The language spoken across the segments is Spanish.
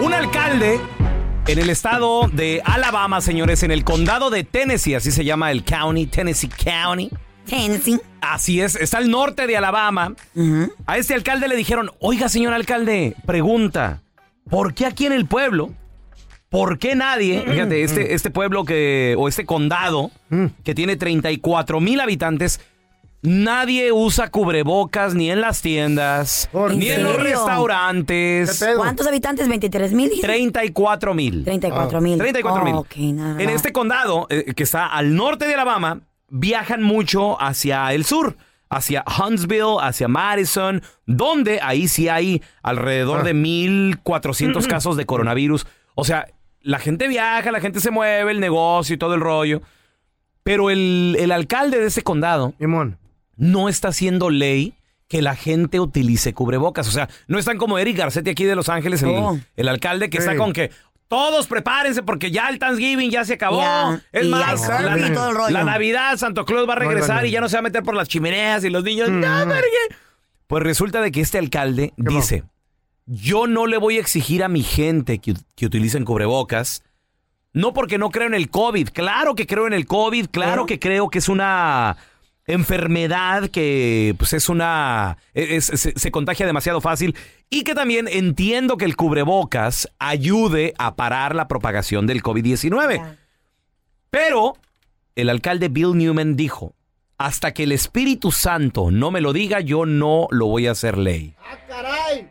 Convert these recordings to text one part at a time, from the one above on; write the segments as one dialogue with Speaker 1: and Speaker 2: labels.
Speaker 1: Un alcalde en el estado de Alabama, señores, en el condado de Tennessee, así se llama el county, Tennessee County.
Speaker 2: Tennessee.
Speaker 1: Así es, está al norte de Alabama. A este alcalde le dijeron, oiga, señor alcalde, pregunta, ¿por qué aquí en el pueblo? ¿Por qué nadie?
Speaker 2: Mm.
Speaker 1: Fíjate, este, este pueblo que, o este condado que tiene 34 mil habitantes, nadie usa cubrebocas ni en las tiendas, ni en los
Speaker 2: serio?
Speaker 1: restaurantes.
Speaker 2: ¿Cuántos habitantes? ¿23 mil?
Speaker 1: 34 mil.
Speaker 2: 34 mil.
Speaker 1: 34 mil.
Speaker 2: Ok, nada
Speaker 1: En
Speaker 2: más.
Speaker 1: este condado, eh, que está al norte de Alabama, viajan mucho hacia el sur, hacia Huntsville, hacia Madison, donde ahí sí hay
Speaker 2: Ah.
Speaker 1: alrededor de 1.400 casos de coronavirus. O sea, la gente viaja, la gente se mueve, el negocio y todo el rollo. Pero el, el alcalde de ese condado no está haciendo ley que la gente utilice cubrebocas. O sea, no están como Eric Garcetti aquí de Los Ángeles, el,
Speaker 2: No.
Speaker 1: el alcalde que está
Speaker 2: Sí.
Speaker 1: con que todos prepárense porque ya el Thanksgiving ya se acabó.
Speaker 2: Ya,
Speaker 1: es
Speaker 2: y
Speaker 1: más,
Speaker 2: ya
Speaker 1: la,
Speaker 2: está, y todo el rollo.
Speaker 1: la Navidad, Santo Claus va a
Speaker 2: No Mm. hay
Speaker 1: regresar y
Speaker 2: manera.
Speaker 1: ya no se va a meter por las chimeneas y los niños. "No, vergüe". Pues resulta de que este alcalde dice, yo no le voy a exigir a mi gente que, que utilicen cubrebocas. No porque no creo en el COVID. Claro que creo en el COVID. Claro que creo que es una enfermedad que pues es una... e-, es- es- se, se contagia demasiado fácil. Y que también entiendo que el cubrebocas ayude a parar la propagación del COVID-19. Pero el alcalde Bill Newman dijo, hasta que el Espíritu Santo no me lo diga, yo no lo voy a hacer ley.
Speaker 2: ¡Caray!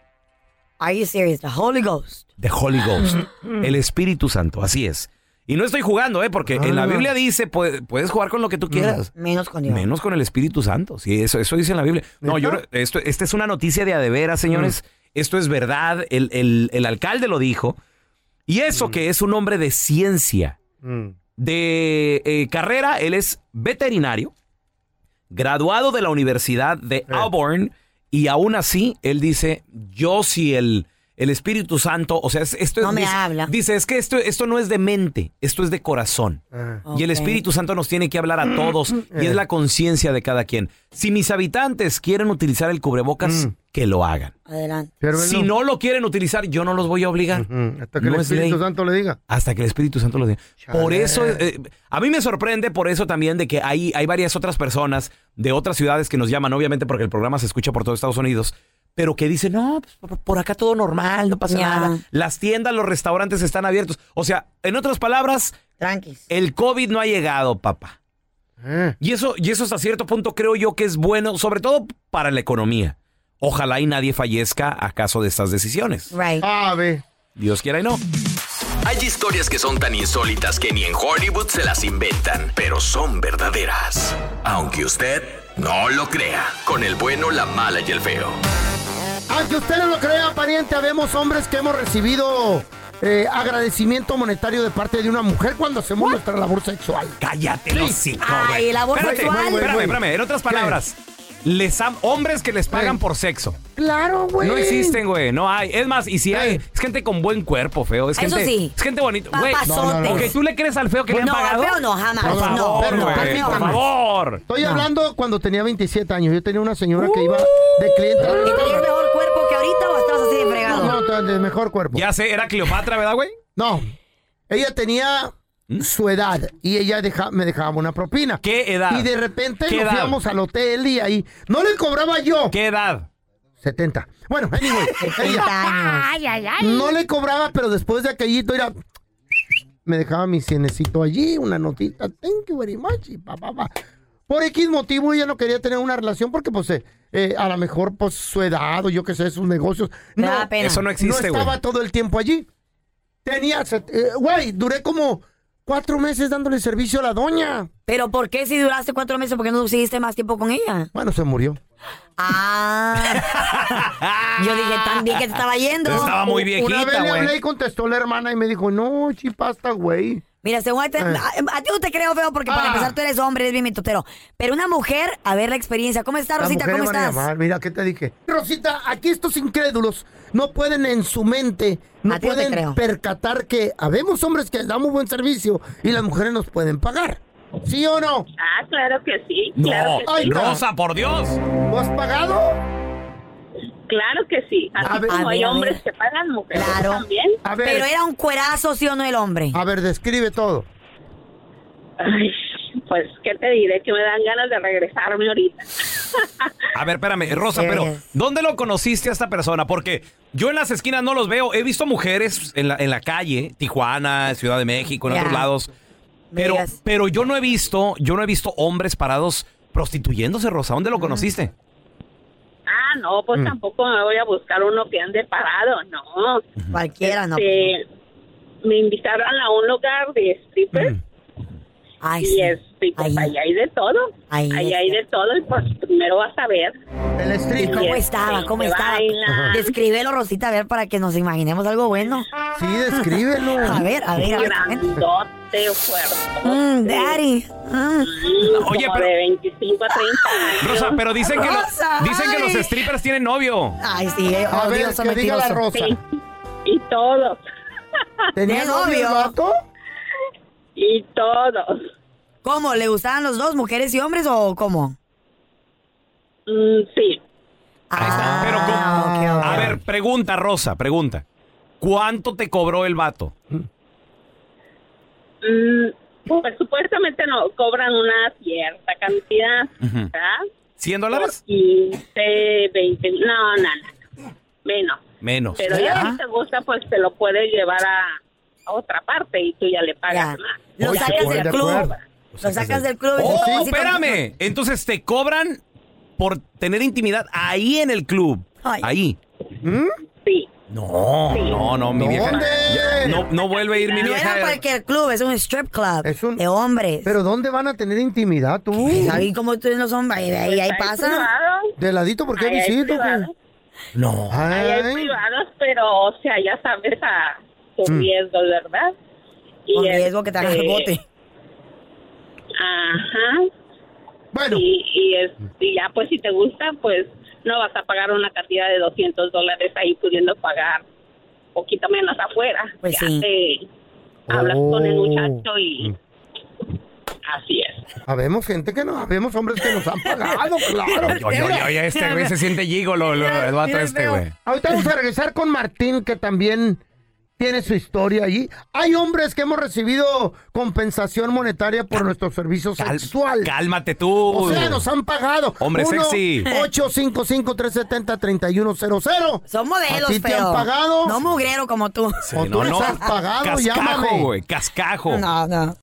Speaker 2: Are you serious? The Holy Ghost.
Speaker 1: The Holy Ghost. El Espíritu Santo, así es. Y no estoy jugando, ¿eh? Porque en la
Speaker 2: Ah.
Speaker 1: Biblia dice, puede- puedes jugar con lo que tú quieras.
Speaker 2: Menos con Dios.
Speaker 1: Menos con el Espíritu Santo. Sí, eso, eso dice en la Biblia. No, yo no- esto, esta es una noticia de adevera, señores. Esto es verdad. El, el- el alcalde lo dijo. Y eso que es un hombre de ciencia.
Speaker 3: Mm.
Speaker 1: De eh, carrera, él es veterinario, graduado de la Universidad de Auburn, y aún así, él dice, yo si el, el Espíritu Santo, o sea, es- esto
Speaker 2: No
Speaker 1: es-
Speaker 2: me
Speaker 1: dice,
Speaker 2: habla.
Speaker 1: dice, es que esto, esto no es de mente, esto es de corazón. Y el
Speaker 2: Ok.
Speaker 1: Espíritu Santo nos tiene que hablar a todos, y es la conciencia de cada quien. Si mis habitantes quieren utilizar el cubrebocas, que lo hagan.
Speaker 2: Adelante.
Speaker 1: si no. lo quieren utilizar, yo no los voy a obligar.
Speaker 3: Hasta que
Speaker 1: No es
Speaker 3: el Espíritu
Speaker 1: ley.
Speaker 3: Santo le diga.
Speaker 1: Hasta que el Espíritu Santo lo diga.
Speaker 3: Chale.
Speaker 1: Por eso, eh, a mí me sorprende por eso también de que hay, hay varias otras personas de otras ciudades que nos llaman, obviamente porque el programa se escucha por todo Estados Unidos, pero que dicen, no, pues, por, por acá todo normal, no pasa
Speaker 2: Ya.
Speaker 1: nada. Las tiendas, los restaurantes están abiertos. O sea, en otras palabras,
Speaker 2: Tranquis. Eh.
Speaker 1: el COVID no ha llegado, papá. Y eso, y eso hasta cierto punto creo yo que es bueno, sobre todo para la economía. Ojalá y nadie fallezca a caso de estas decisiones.
Speaker 2: Right.
Speaker 1: Dios quiera y no.
Speaker 4: Hay historias que son tan insólitas que ni en Hollywood se las inventan, pero son verdaderas. Aunque usted no lo crea, con el bueno, la mala y el feo.
Speaker 3: Aunque usted no lo crea, pariente, habemos hombres que hemos recibido eh, agradecimiento monetario de parte de una mujer cuando hacemos nuestra labor sexual.
Speaker 1: Cállate,
Speaker 3: Sí.
Speaker 1: los hocico,
Speaker 3: Ay,
Speaker 1: güey.
Speaker 3: el aborto
Speaker 1: espérate,
Speaker 3: sexual.
Speaker 1: Espérame,
Speaker 3: Güey, güey,
Speaker 1: espérame,
Speaker 3: güey.
Speaker 1: espérame. En otras
Speaker 3: ¿Qué?
Speaker 1: palabres, les am- hombres que les pagan por sexo.
Speaker 3: Claro, güey.
Speaker 1: No existen, güey. No hay. Es más, y si hay, es gente con buen cuerpo, feo. Es
Speaker 2: Eso
Speaker 1: gente,
Speaker 2: sí.
Speaker 1: Es gente bonita. Güey,
Speaker 2: Papazotes. No, no, no.
Speaker 1: Ok, ¿tú le crees al feo que le han
Speaker 2: No, al
Speaker 1: pagado?
Speaker 2: feo no, jamás.
Speaker 1: Por
Speaker 2: No,
Speaker 1: favor,
Speaker 2: no,
Speaker 1: güey,
Speaker 2: al feo
Speaker 1: por
Speaker 2: jamás.
Speaker 1: favor.
Speaker 3: Estoy hablando cuando tenía 27 años. Yo tenía una señora que iba
Speaker 1: Uh,
Speaker 3: de cliente.
Speaker 2: ¿Y tenías mejor cuerpo que ahorita o estabas así de fregado?
Speaker 3: No, no, de mejor cuerpo.
Speaker 1: Ya sé, era Cleopatra, ¿verdad, güey?
Speaker 3: No. Ella tenía su edad y ella deja- me dejaba una propina.
Speaker 1: ¿Mm? ¿Qué edad?
Speaker 3: Y de repente
Speaker 1: ¿Qué
Speaker 3: nos
Speaker 1: edad?
Speaker 3: íbamos al hotel y ahí no le cobraba yo.
Speaker 1: ¿Qué edad?
Speaker 3: 70. Bueno, anyway. ella- No le cobraba, pero después de aquellito era me dejaba mi cienecito allí, una notita, thank you very much, y pa, pa, pa. Por X motivo ella no quería tener una relación porque, pues, eh, eh, a lo mejor, pues, su edad o yo qué sé, sus negocios.
Speaker 2: Me daba pena. Eso no existe,
Speaker 3: No estaba
Speaker 2: güey.
Speaker 3: todo el tiempo allí. Tenía, set- eh, güey, duré como cuatro meses dándole servicio a la doña.
Speaker 2: Pero ¿por qué si duraste cuatro meses? ¿Por qué no seguiste más tiempo con ella?
Speaker 3: Bueno, se murió.
Speaker 2: Ah. Yo dije, tan bien que te estaba yendo.
Speaker 1: Estaba muy
Speaker 3: Una vez
Speaker 1: viejita,
Speaker 3: le hablé y
Speaker 1: güey.
Speaker 3: contestó la hermana y me dijo, no, chipasta, güey.
Speaker 2: Mira, según a, ti- a- a ti no te creo feo porque para
Speaker 3: Eh. Ah.
Speaker 2: empezar tú eres hombre, eres bien mitotero. Pero una mujer, a ver la experiencia. ¿Cómo estás,
Speaker 3: Las
Speaker 2: Rosita?
Speaker 3: mujeres
Speaker 2: ¿Cómo
Speaker 3: van a
Speaker 2: estás?
Speaker 3: llamar. Mira, ¿qué te dije? Rosita, aquí estos incrédulos no pueden en su mente, no
Speaker 2: A ti no te
Speaker 3: pueden
Speaker 2: creo.
Speaker 3: percatar que habemos hombres que damos buen servicio y las mujeres nos pueden pagar. ¿Sí o no?
Speaker 5: Ah, claro que sí,
Speaker 1: No,
Speaker 5: claro que
Speaker 3: Ay,
Speaker 5: sí,
Speaker 3: no.
Speaker 1: Rosa, por Dios.
Speaker 3: ¿No has pagado?
Speaker 5: claro que sí. Así
Speaker 3: A ver,
Speaker 5: como
Speaker 2: a
Speaker 5: hay
Speaker 2: ver, a
Speaker 5: hombres
Speaker 2: ver.
Speaker 5: que pagan mujeres
Speaker 2: Claro.
Speaker 5: también.
Speaker 3: A ver,
Speaker 2: Pero era un cuerazo, ¿sí o no, el hombre?
Speaker 3: a ver, describe todo.
Speaker 5: Ay, pues, ¿qué te diré? Que me dan ganas de regresarme ahorita.
Speaker 1: A ver, espérame, Rosa,
Speaker 2: Sí.
Speaker 1: pero ¿dónde lo conociste a esta persona? Porque yo en las esquinas no los veo. He visto mujeres en la, en la calle, Tijuana, Ciudad de México, en
Speaker 2: Ya.
Speaker 1: otros lados.
Speaker 2: Me
Speaker 1: Pero,
Speaker 2: digas.
Speaker 1: pero yo no he visto, yo no he visto hombres parados prostituyéndose, Rosa. ¿Dónde
Speaker 2: Mm.
Speaker 1: lo conociste?
Speaker 5: Ah, no, pues tampoco me voy a buscar uno que ande parado, no.
Speaker 2: Cualquiera, ¿no?
Speaker 5: Este, me invitaron a un lugar de strippers
Speaker 2: Mm. Ay,
Speaker 5: y
Speaker 2: sí.
Speaker 5: este, pues,
Speaker 2: Ahí.
Speaker 5: allá hay de todo.
Speaker 2: Ahí
Speaker 5: allá
Speaker 2: es
Speaker 5: hay de todo y pues primero vas a ver. este,
Speaker 3: El
Speaker 2: ¿Y
Speaker 3: strip.
Speaker 2: ¿Cómo
Speaker 5: Yes,
Speaker 2: estaba? ¿Cómo
Speaker 5: que
Speaker 2: estaba?
Speaker 5: bailan.
Speaker 2: Descríbelo, Rosita, a ver, para que nos imaginemos algo bueno.
Speaker 3: Sí, descríbelo.
Speaker 2: A ver, a ver, a ver.
Speaker 5: Grandote, fuerte.
Speaker 2: Mm, daddy. Mm.
Speaker 1: Oye,
Speaker 5: como
Speaker 1: pero-
Speaker 5: de 25 a 30 años.
Speaker 1: Rosa, pero dicen que, lo-
Speaker 2: Rosa,
Speaker 1: dicen que los
Speaker 2: ay.
Speaker 1: strippers tienen novio.
Speaker 2: Ay, sí, eh,
Speaker 3: A ver,
Speaker 2: odioso,
Speaker 3: que diga la
Speaker 2: mentiroso.
Speaker 3: Rosa.
Speaker 5: Sí, y todos,
Speaker 3: ¿Tenía
Speaker 2: Es
Speaker 3: novio el
Speaker 2: obvio.
Speaker 3: vato?
Speaker 5: y todos.
Speaker 2: ¿Cómo? ¿Le gustaban los dos, mujeres y hombres, o cómo?
Speaker 5: Mm, sí,
Speaker 1: Ahí está, pero con-
Speaker 2: ok, ok.
Speaker 1: A ver, pregunta, Rosa, pregunta. ¿Cuánto te cobró el vato?
Speaker 5: Mm, pues supuestamente no cobran una cierta cantidad,
Speaker 1: Ujú.
Speaker 5: ¿verdad?
Speaker 1: ¿100
Speaker 5: Por
Speaker 1: dólares?
Speaker 5: 15, 20, no, no, no, no, menos.
Speaker 1: Menos.
Speaker 5: Pero ya
Speaker 1: Ajá.
Speaker 5: si te gusta, pues te lo puedes llevar a, a otra parte y tú ya le
Speaker 2: Ya.
Speaker 5: pagas más.
Speaker 2: Lo
Speaker 3: Oye,
Speaker 2: sacas
Speaker 3: pues,
Speaker 2: del
Speaker 3: de
Speaker 2: club.
Speaker 3: acuerdo.
Speaker 2: Lo sacas del club.
Speaker 1: ¡Oh,
Speaker 2: Así con-
Speaker 1: espérame! Entonces te cobran por tener intimidad ahí en el club.
Speaker 2: Ay.
Speaker 1: Ahí.
Speaker 5: Sí,
Speaker 1: No,
Speaker 5: Sí.
Speaker 1: no, no, mi vieja.
Speaker 3: ¿Mm? ¿Dónde?
Speaker 1: Ya, No, no vuelve a ir mi
Speaker 2: No era
Speaker 1: vieja.
Speaker 2: cualquier club, es un strip club
Speaker 3: Es un-
Speaker 2: de hombres.
Speaker 3: ¿Pero dónde van a tener intimidad tú?
Speaker 2: Ahí como tú no son, ahí, ahí, ahí
Speaker 5: Hay
Speaker 2: pasa.
Speaker 5: privados,
Speaker 3: De ladito, ¿por qué
Speaker 5: hay- hay
Speaker 3: visito? güey?
Speaker 5: privados,
Speaker 1: No.
Speaker 5: Ahí hay
Speaker 3: Ay.
Speaker 5: privados, pero, o sea, ya sabes a tu riesgo, ¿verdad? Y
Speaker 2: Con riesgo que te hagas
Speaker 5: este,
Speaker 2: el bote.
Speaker 5: Ajá.
Speaker 3: Bueno,
Speaker 5: Y, y, es, y ya, pues, si te gusta, pues, no vas a pagar una cantidad de 200 dólares ahí pudiendo pagar poquito menos afuera.
Speaker 2: Pues
Speaker 5: Ya
Speaker 2: sí.
Speaker 5: te hablas con el
Speaker 3: Oh.
Speaker 5: muchacho y así es.
Speaker 3: habemos gente que no, habemos hombres que nos han pagado, claro.
Speaker 1: Oye, oye, oye, este güey se siente gigolo, lo- el vato
Speaker 2: mira,
Speaker 1: este,
Speaker 2: veo.
Speaker 1: güey.
Speaker 3: Ahorita vamos a regresar con Martín, que también tiene su historia allí. Hay hombres que hemos recibido compensación monetaria por nuestro servicio
Speaker 1: Cal-
Speaker 3: sexual.
Speaker 1: Cálmate tú.
Speaker 3: O sea, nos han pagado.
Speaker 1: Hombre sexy.
Speaker 3: 855-370-3100.
Speaker 2: Son
Speaker 3: ¿A
Speaker 2: modelos,
Speaker 3: ti te han
Speaker 2: feo.
Speaker 3: pagado?
Speaker 2: No mugrero como tú.
Speaker 1: Sí,
Speaker 3: o tú nos has pagado,
Speaker 1: cascajo,
Speaker 3: llámame.
Speaker 1: güey, cascajo.
Speaker 2: No, no.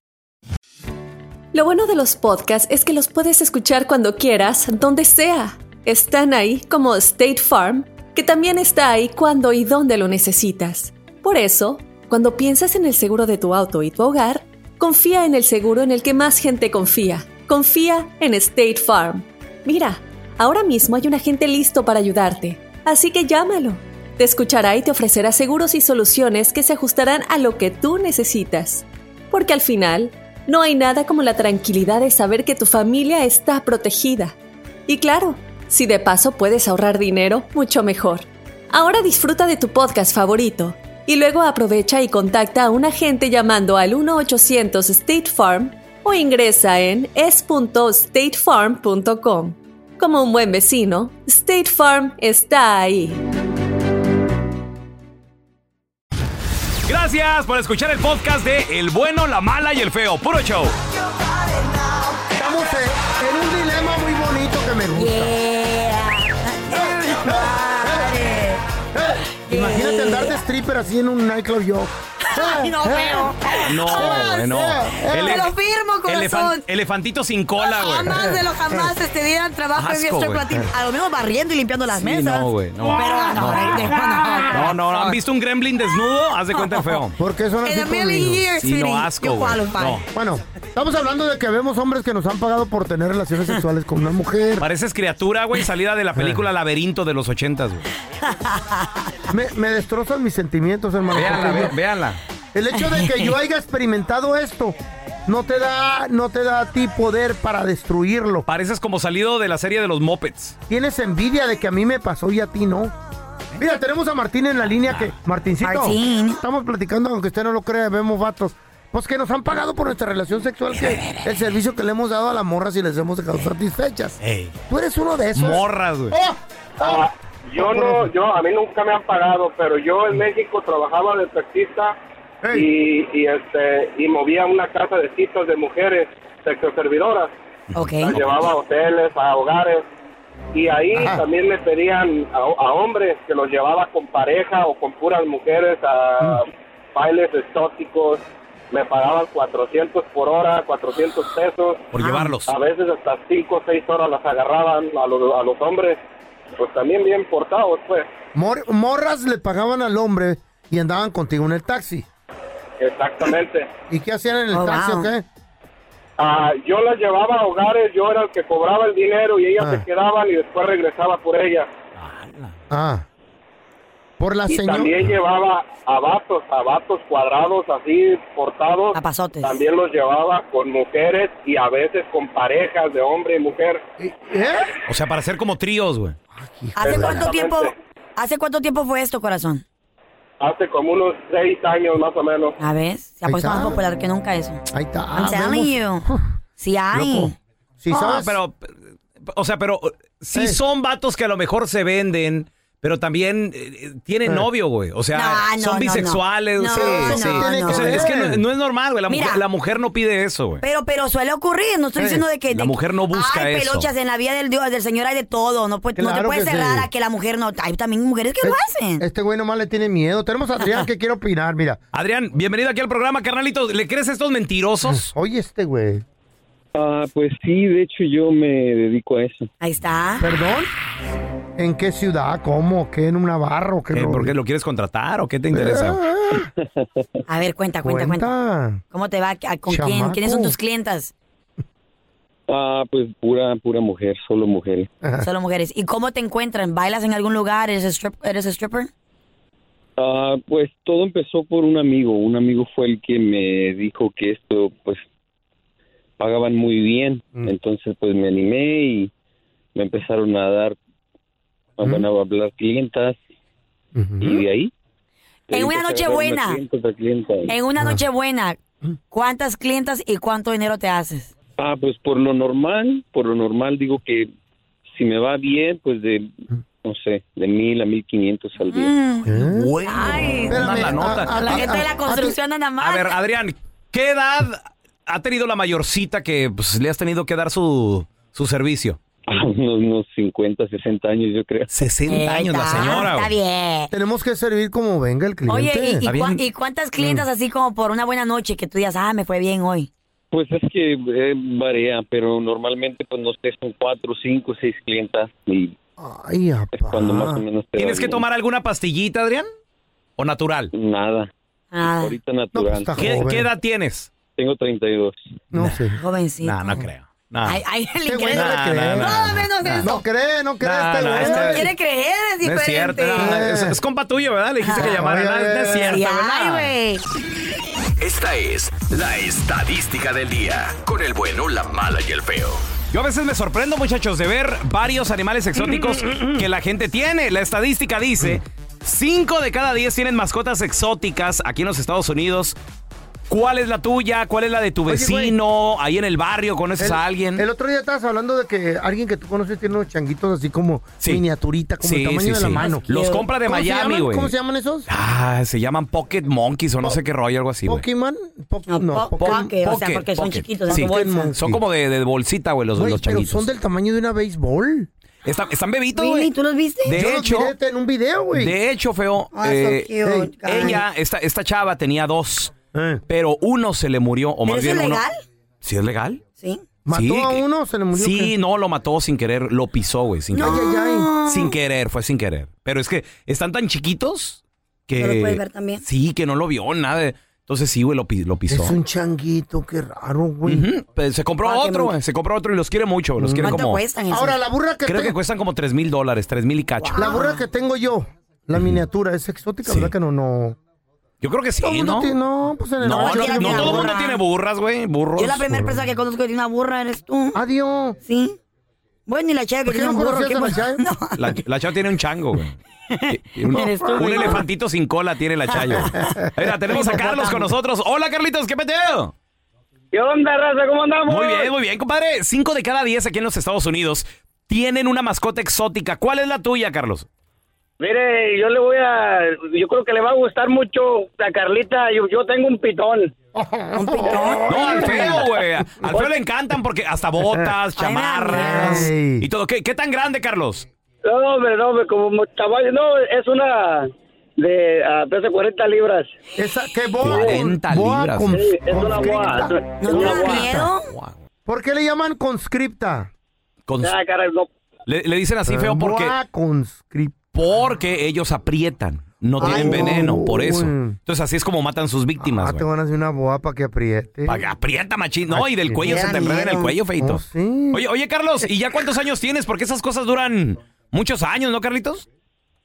Speaker 6: Lo bueno de los podcasts es que los puedes escuchar cuando quieras, donde sea. Están ahí como State Farm, que también está ahí cuando y donde lo necesitas. Por eso, cuando piensas en el seguro de tu auto y tu hogar, confía en el seguro en el que más gente confía. Confía en State Farm. Mira, ahora mismo hay un agente listo para ayudarte, así que llámalo. Te escuchará y te ofrecerá seguros y soluciones que se ajustarán a lo que tú necesitas. Porque al final, no hay nada como la tranquilidad de saber que tu familia está protegida. Y claro, si de paso puedes ahorrar dinero, mucho mejor. Ahora disfruta de tu podcast favorito y luego aprovecha y contacta a un agente llamando al 1-800 State Farm o ingresa en es.statefarm.com. Como un buen vecino, State Farm está ahí.
Speaker 1: Gracias por escuchar el podcast de El bueno, la mala y el feo. Puro show.
Speaker 3: Estamos eh, en un dilema muy bonito que me gusta.
Speaker 2: Yeah.
Speaker 3: Eh, Imagínate andar de stripper así en un nightclub yo.
Speaker 2: Ay, no veo.
Speaker 1: No, hombre, no.
Speaker 2: Te lo firmo, corazón.
Speaker 1: elefantito sin cola, güey.
Speaker 2: Jamás de los jamás
Speaker 3: Eh.
Speaker 2: te dieran trabajo en
Speaker 1: Asco,
Speaker 2: esto
Speaker 1: güey.
Speaker 2: platino. A lo menos barriendo y limpiando las
Speaker 1: Sí,
Speaker 2: mesas.
Speaker 1: no, güey, no.
Speaker 2: Pero no,
Speaker 1: No.
Speaker 2: de- no,
Speaker 1: No, no, ¿han visto un gremlin desnudo? Haz de cuenta feo.
Speaker 3: ¿Por qué son
Speaker 2: In
Speaker 3: así
Speaker 2: a million
Speaker 3: conmigo?
Speaker 2: years,
Speaker 1: Sí, no,
Speaker 2: sweetie,
Speaker 1: asco,
Speaker 2: you
Speaker 1: güey.
Speaker 2: qualify.
Speaker 1: No.
Speaker 3: Bueno, estamos hablando de que vemos hombres que nos han pagado por tener relaciones sexuales con una mujer.
Speaker 1: Pareces criatura, güey, salida de la película Laberinto de los ochentas, güey.
Speaker 3: Me, me destrozan mis sentimientos, hermano.
Speaker 1: Véanla,
Speaker 3: porque
Speaker 1: ve-
Speaker 3: yo-
Speaker 1: véanla.
Speaker 3: El hecho de que yo haya experimentado esto no te da, no te da a ti poder para destruirlo.
Speaker 1: Pareces como salido de la serie de los Mopeds.
Speaker 3: Tienes envidia de que a mí me pasó y a ti no. Mira, tenemos a Martín en la línea que. Martincito.
Speaker 2: Martín.
Speaker 3: Estamos platicando, aunque usted no lo crea, vemos vatos. Pues que nos han pagado por nuestra relación sexual, que el servicio que le hemos dado a las morras y les hemos dejado satisfechas.
Speaker 1: Ey.
Speaker 3: Tú eres uno de esos.
Speaker 1: Morras, güey.
Speaker 3: ¡Oh! ¡Oh!
Speaker 7: Ah, yo no, yo a mí nunca me han pagado, pero yo en México trabajaba de taxista y, y este y movía una casa de citas de mujeres sexoservidoras,
Speaker 2: Ok.
Speaker 7: las llevaba a hoteles, a hogares y ahí
Speaker 3: Ajá.
Speaker 7: también le pedían a, a hombres que los llevaba con pareja o con puras mujeres a
Speaker 3: Mm.
Speaker 7: bailes exóticos, me pagaban 400 por hora, 400 pesos.
Speaker 1: Por llevarlos.
Speaker 7: A veces hasta 5 o 6 horas las agarraban a los, a los hombres, pues también bien portados, pues.
Speaker 3: Mor- morras le pagaban al hombre y andaban contigo en el taxi.
Speaker 7: Exactamente.
Speaker 3: ¿Y qué hacían en el
Speaker 2: Oh,
Speaker 3: taxi
Speaker 2: wow.
Speaker 3: o qué?
Speaker 7: Ah, yo las llevaba a hogares, yo era el que cobraba el dinero y ellas
Speaker 3: Ah.
Speaker 7: se quedaban y después regresaba por ellas.
Speaker 3: Ah. Por la
Speaker 7: Y
Speaker 3: señora.
Speaker 7: también llevaba a vatos, a vatos cuadrados así, portados.
Speaker 2: A pasotes.
Speaker 7: También los llevaba con mujeres y a veces con parejas de hombre y mujer.
Speaker 3: ¿Eh?
Speaker 1: O sea, para ser como tríos, güey.
Speaker 2: ¿Hace cuánto
Speaker 7: Exactamente.
Speaker 2: tiempo? ¿Hace cuánto tiempo fue esto, corazón?
Speaker 7: Hace como unos seis años más o menos.
Speaker 2: A ver, se ha
Speaker 3: Ahí
Speaker 2: puesto más
Speaker 3: está.
Speaker 2: popular que nunca eso.
Speaker 3: Ahí está. Ah,
Speaker 2: I'm telling
Speaker 3: vemos.
Speaker 2: you. Sí hay.
Speaker 3: Loco. Sí,
Speaker 1: Ah,
Speaker 3: sabes.
Speaker 1: pero, o sea, pero sí
Speaker 3: Eh.
Speaker 1: son vatos que a lo mejor se venden, pero también eh, tienen novio, güey. O sea,
Speaker 2: No, no,
Speaker 1: son
Speaker 2: no,
Speaker 1: bisexuales.
Speaker 2: no.
Speaker 1: sí,
Speaker 2: No,
Speaker 1: sí.
Speaker 2: no,
Speaker 1: O sea,
Speaker 3: no.
Speaker 1: es que no, no es normal, güey. La,
Speaker 2: Mira.
Speaker 1: mujer, la mujer no pide eso, güey.
Speaker 2: Pero, pero suele ocurrir, no estoy diciendo de que...
Speaker 1: La
Speaker 2: de-
Speaker 1: mujer no busca
Speaker 2: Ay,
Speaker 1: eso.
Speaker 2: pelochas, en la vida del Dios, del Señor hay de todo, no, puede- no te
Speaker 3: Claro
Speaker 2: puedes
Speaker 3: que
Speaker 2: cerrar
Speaker 3: sí.
Speaker 2: a que la mujer no... Hay también mujeres que
Speaker 3: Eh,
Speaker 2: lo hacen.
Speaker 3: Este güey nomás le tiene miedo. Tenemos a Adrián que quiere opinar, mira.
Speaker 1: Adrián, bienvenido aquí al programa, carnalito. ¿Le crees a estos mentirosos?
Speaker 3: Oye, este güey.
Speaker 8: Ah, pues sí, de hecho yo me dedico a eso.
Speaker 2: Ahí está.
Speaker 3: ¿Perdón? ¿En qué ciudad? ¿Cómo? ¿Qué? ¿En un Navarro? ¿Qué?
Speaker 1: ¿Qué,
Speaker 3: rollo?
Speaker 1: ¿Por qué lo quieres contratar o qué te interesa?
Speaker 3: Ah,
Speaker 2: A ver, cuenta, cuenta,
Speaker 3: cuenta.
Speaker 2: cuenta. ¿Cómo te va? ¿A- ¿Con quién?
Speaker 3: Chamaco.
Speaker 2: ¿Quiénes son tus clientas?
Speaker 8: Ah, pues pura, pura mujer, solo mujeres.
Speaker 2: Solo mujeres. ¿Y cómo te encuentran? ¿Bailas en algún lugar? ¿Eres, strip- eres stripper?
Speaker 8: Ah, pues todo empezó por un amigo. Un amigo fue el que me dijo que esto, pues, pagaban muy bien.
Speaker 3: Mm.
Speaker 8: Entonces, pues me animé y me empezaron a dar, a,
Speaker 3: Mm.
Speaker 8: bueno, a hablar clientas y de ahí.
Speaker 2: En una noche
Speaker 8: agarrar una
Speaker 2: buena.
Speaker 8: clienta tras clienta.
Speaker 2: En una noche buena, ¿cuántas clientas y cuánto dinero te haces?
Speaker 8: Ah, pues por lo normal, por lo normal digo que si me va bien, pues de, no sé, de mil a mil quinientos al día.
Speaker 2: Mm,
Speaker 3: ¿Eh?
Speaker 1: Güey,
Speaker 2: Ay.
Speaker 1: una
Speaker 3: Espérame,
Speaker 1: la nota.
Speaker 3: a- a-
Speaker 2: la gente de
Speaker 3: a
Speaker 2: la
Speaker 3: ti-
Speaker 2: construcción anda mal.
Speaker 1: A ver, Adrián, ¿qué edad ha tenido la mayorcita que pues, le has tenido que dar su, su servicio?
Speaker 8: A unos, unos 50, 60 años, yo creo.
Speaker 1: 60
Speaker 2: Ahí
Speaker 1: años la
Speaker 2: está,
Speaker 1: señora,
Speaker 2: Está
Speaker 1: güey.
Speaker 2: bien.
Speaker 3: Tenemos que servir como venga el cliente.
Speaker 2: Oye, ¿y, y
Speaker 1: Está
Speaker 2: cua-
Speaker 1: bien.
Speaker 2: y cuántas clientas así como por una buena noche que tú digas, ah, me fue bien hoy?
Speaker 8: Pues es que eh, varía, pero normalmente, pues no sé, son cuatro, cinco, seis clientas y
Speaker 3: Ay,
Speaker 8: es
Speaker 3: apá.
Speaker 8: cuando más o menos te
Speaker 1: ¿Tienes
Speaker 8: va
Speaker 1: que
Speaker 8: bien.
Speaker 1: tomar alguna pastillita, Adrián? ¿O natural?
Speaker 8: Nada,
Speaker 2: Ah,
Speaker 8: ahorita
Speaker 3: No, pues
Speaker 8: natural.
Speaker 3: está
Speaker 1: ¿Qué,
Speaker 3: joven.
Speaker 1: qué edad tienes?
Speaker 8: Tengo 32.
Speaker 3: No sé.
Speaker 2: jovencito.
Speaker 1: No, no creo. No.
Speaker 2: Ay, ay, le
Speaker 3: Este güey
Speaker 2: cree-
Speaker 3: no le
Speaker 1: Nah,
Speaker 3: cree.
Speaker 1: nah,
Speaker 2: Todo menos
Speaker 3: Nah.
Speaker 2: eso.
Speaker 3: No cree, no cree
Speaker 1: Nah,
Speaker 3: este
Speaker 1: nah,
Speaker 3: güey.
Speaker 1: este-
Speaker 2: Quiere creer, es
Speaker 1: No es
Speaker 2: diferente.
Speaker 1: cierto. no, es, es compa tuyo, ¿verdad? Le dijiste que llamara.
Speaker 3: Ay,
Speaker 1: No,
Speaker 3: ay,
Speaker 1: no es
Speaker 3: ay.
Speaker 1: cierto,
Speaker 2: Sí,
Speaker 1: ¿verdad?
Speaker 2: ay, güey.
Speaker 4: Esta es la estadística del día. Con el bueno, la mala y el feo.
Speaker 1: Yo a veces me sorprendo, muchachos, de ver varios animales exóticos que la gente tiene. La estadística dice: 5 de cada 10 tienen mascotas exóticas aquí en los Estados Unidos. ¿Cuál es la tuya? ¿Cuál es la de tu
Speaker 3: Oye, güey.
Speaker 1: vecino? Ahí en el barrio conoces
Speaker 3: El-
Speaker 1: a alguien.
Speaker 3: El otro día estabas hablando de que alguien que tú conoces tiene unos changuitos así como
Speaker 1: Sí.
Speaker 3: miniaturita, como el
Speaker 1: Sí,
Speaker 3: tamaño
Speaker 1: sí,
Speaker 3: de la
Speaker 1: sí.
Speaker 3: mano.
Speaker 1: Los compra de
Speaker 3: ¿Cómo se
Speaker 1: Miami,
Speaker 3: llaman?
Speaker 1: güey.
Speaker 3: ¿Cómo se llaman esos?
Speaker 1: Ah, se llaman Pocket Monkeys o no sé qué rollo, algo así, güey.
Speaker 3: Pokémon. Po-
Speaker 2: No,
Speaker 3: no,
Speaker 2: po-
Speaker 3: Pokémon.
Speaker 2: pocket, o sea,
Speaker 1: Pocket,
Speaker 2: porque son
Speaker 1: pocket.
Speaker 2: chiquitos.
Speaker 1: Sí.
Speaker 2: son como-
Speaker 3: Pokémon.
Speaker 1: Son como de, de bolsita, güey, los,
Speaker 3: Güey,
Speaker 1: los
Speaker 3: pero
Speaker 1: changuitos.
Speaker 3: son del tamaño de una béisbol.
Speaker 1: Está- están bebitos,
Speaker 2: Really?
Speaker 1: güey.
Speaker 2: ¿Tú los viste?
Speaker 1: De
Speaker 3: Yo los
Speaker 1: hecho,
Speaker 3: miré en un video, güey.
Speaker 1: de hecho, feo.
Speaker 2: Ah, so
Speaker 1: eh,
Speaker 2: cute,
Speaker 1: hey,
Speaker 2: guys.
Speaker 1: ella, esta, esta chava tenía dos,
Speaker 3: Eh.
Speaker 1: pero uno se le murió, o
Speaker 2: ¿Pero
Speaker 1: más
Speaker 2: eso
Speaker 1: bien
Speaker 2: es
Speaker 1: uno.
Speaker 2: legal?
Speaker 1: ¿Sí es legal?
Speaker 2: Sí.
Speaker 3: ¿Mató
Speaker 1: Sí,
Speaker 3: a
Speaker 1: que-
Speaker 3: uno? ¿Se le murió?
Speaker 1: Sí,
Speaker 3: qué?
Speaker 1: no, lo mató sin querer, lo pisó, güey, sin
Speaker 3: Ay,
Speaker 1: querer.
Speaker 3: ay, ay.
Speaker 1: Sin querer, fue sin querer. Pero es que están tan chiquitos que.
Speaker 2: No lo puedes ver también.
Speaker 1: Sí, que no lo vio, nada. de- Entonces sí, güey, lo, pi- lo pisó.
Speaker 3: Es un changuito, qué raro, güey. Mm.
Speaker 1: Ujú, pues, Se compró
Speaker 2: Ah, qué
Speaker 1: otro,
Speaker 2: mal.
Speaker 1: güey, se compró otro y los quiere mucho. Los quiere
Speaker 2: ¿Cuánto
Speaker 1: como.
Speaker 2: cuestan eso?
Speaker 3: Ahora, la burra que,
Speaker 1: Creo
Speaker 3: te-
Speaker 1: que cuestan como 3 mil dólares, 3 mil y cacho.
Speaker 3: la burra que tengo yo, la miniatura, es exótica,
Speaker 1: Sí.
Speaker 3: ¿verdad que no? No.
Speaker 1: Yo creo que sí,
Speaker 3: Todo el mundo
Speaker 1: ¿no?
Speaker 3: tiene- no, pues en el
Speaker 1: No, no,
Speaker 2: cualquiera
Speaker 1: no,
Speaker 2: tiene
Speaker 1: todo el mundo
Speaker 2: burra.
Speaker 1: tiene burras, güey. Burros.
Speaker 2: Yo la primera persona que conozco que tiene una burra eres tú.
Speaker 3: Adiós.
Speaker 2: Sí. Bueno, y la chava que
Speaker 3: ¿Por qué
Speaker 2: tiene
Speaker 3: no
Speaker 2: un burro.
Speaker 3: conocías
Speaker 2: ¿qué
Speaker 3: a la
Speaker 2: pasa?
Speaker 3: Chayo?
Speaker 2: No.
Speaker 1: La, la chava tiene un chango, güey. Tiene Un,
Speaker 2: Eres tú,
Speaker 1: un
Speaker 2: güey.
Speaker 1: elefantito sin cola tiene la chayo. Mira, tenemos a Carlos con nosotros. Hola, Carlitos, ¿qué peteo?
Speaker 9: ¿Qué onda, raza? ¿Cómo andamos?
Speaker 1: Muy bien, muy bien, compadre. Cinco de cada diez aquí en los Estados Unidos tienen una mascota exótica. ¿Cuál es la tuya, Carlos?
Speaker 9: Mire, yo le voy a... Yo creo que le va a gustar mucho a Carlita. Yo, yo tengo un pitón.
Speaker 2: Un pitón.
Speaker 1: No, al feo, güey. Al feo le encantan porque hasta botas,
Speaker 2: Ay,
Speaker 1: chamarras
Speaker 3: mami.
Speaker 1: y todo. ¿Qué, qué tan grande, Carlos?
Speaker 9: No, hombre, no, hombre, como caballo. No, es una de... ah, pesa 40 libras.
Speaker 3: Esa, que boa.
Speaker 1: 40
Speaker 3: boa
Speaker 1: libras.
Speaker 3: con-
Speaker 9: Sí, es una boa.
Speaker 3: conscripta.
Speaker 9: Es
Speaker 2: ¿No te
Speaker 9: una
Speaker 2: da
Speaker 9: boa.
Speaker 2: miedo?
Speaker 3: ¿Por qué le llaman conscripta?
Speaker 1: Con-
Speaker 9: Ah, caray, no.
Speaker 1: le, le dicen así feo porque,
Speaker 3: Boa conscripta.
Speaker 1: porque ellos aprietan. No
Speaker 3: Ay,
Speaker 1: tienen
Speaker 3: no,
Speaker 1: veneno, por
Speaker 3: güey.
Speaker 1: eso. Entonces así es como matan sus víctimas,
Speaker 3: Ah,
Speaker 1: güey.
Speaker 3: te van a hacer una boa para que apriete.
Speaker 1: Pa- Aprieta, machín. No, y del
Speaker 3: Ay,
Speaker 1: cuello
Speaker 2: me
Speaker 1: se
Speaker 2: da
Speaker 1: te enreda en el
Speaker 2: miedo.
Speaker 1: cuello, feito.
Speaker 3: Oh, sí.
Speaker 1: Oye, oye, Carlos, ¿y ya cuántos años tienes? Porque esas cosas duran muchos años, ¿no, Carlitos?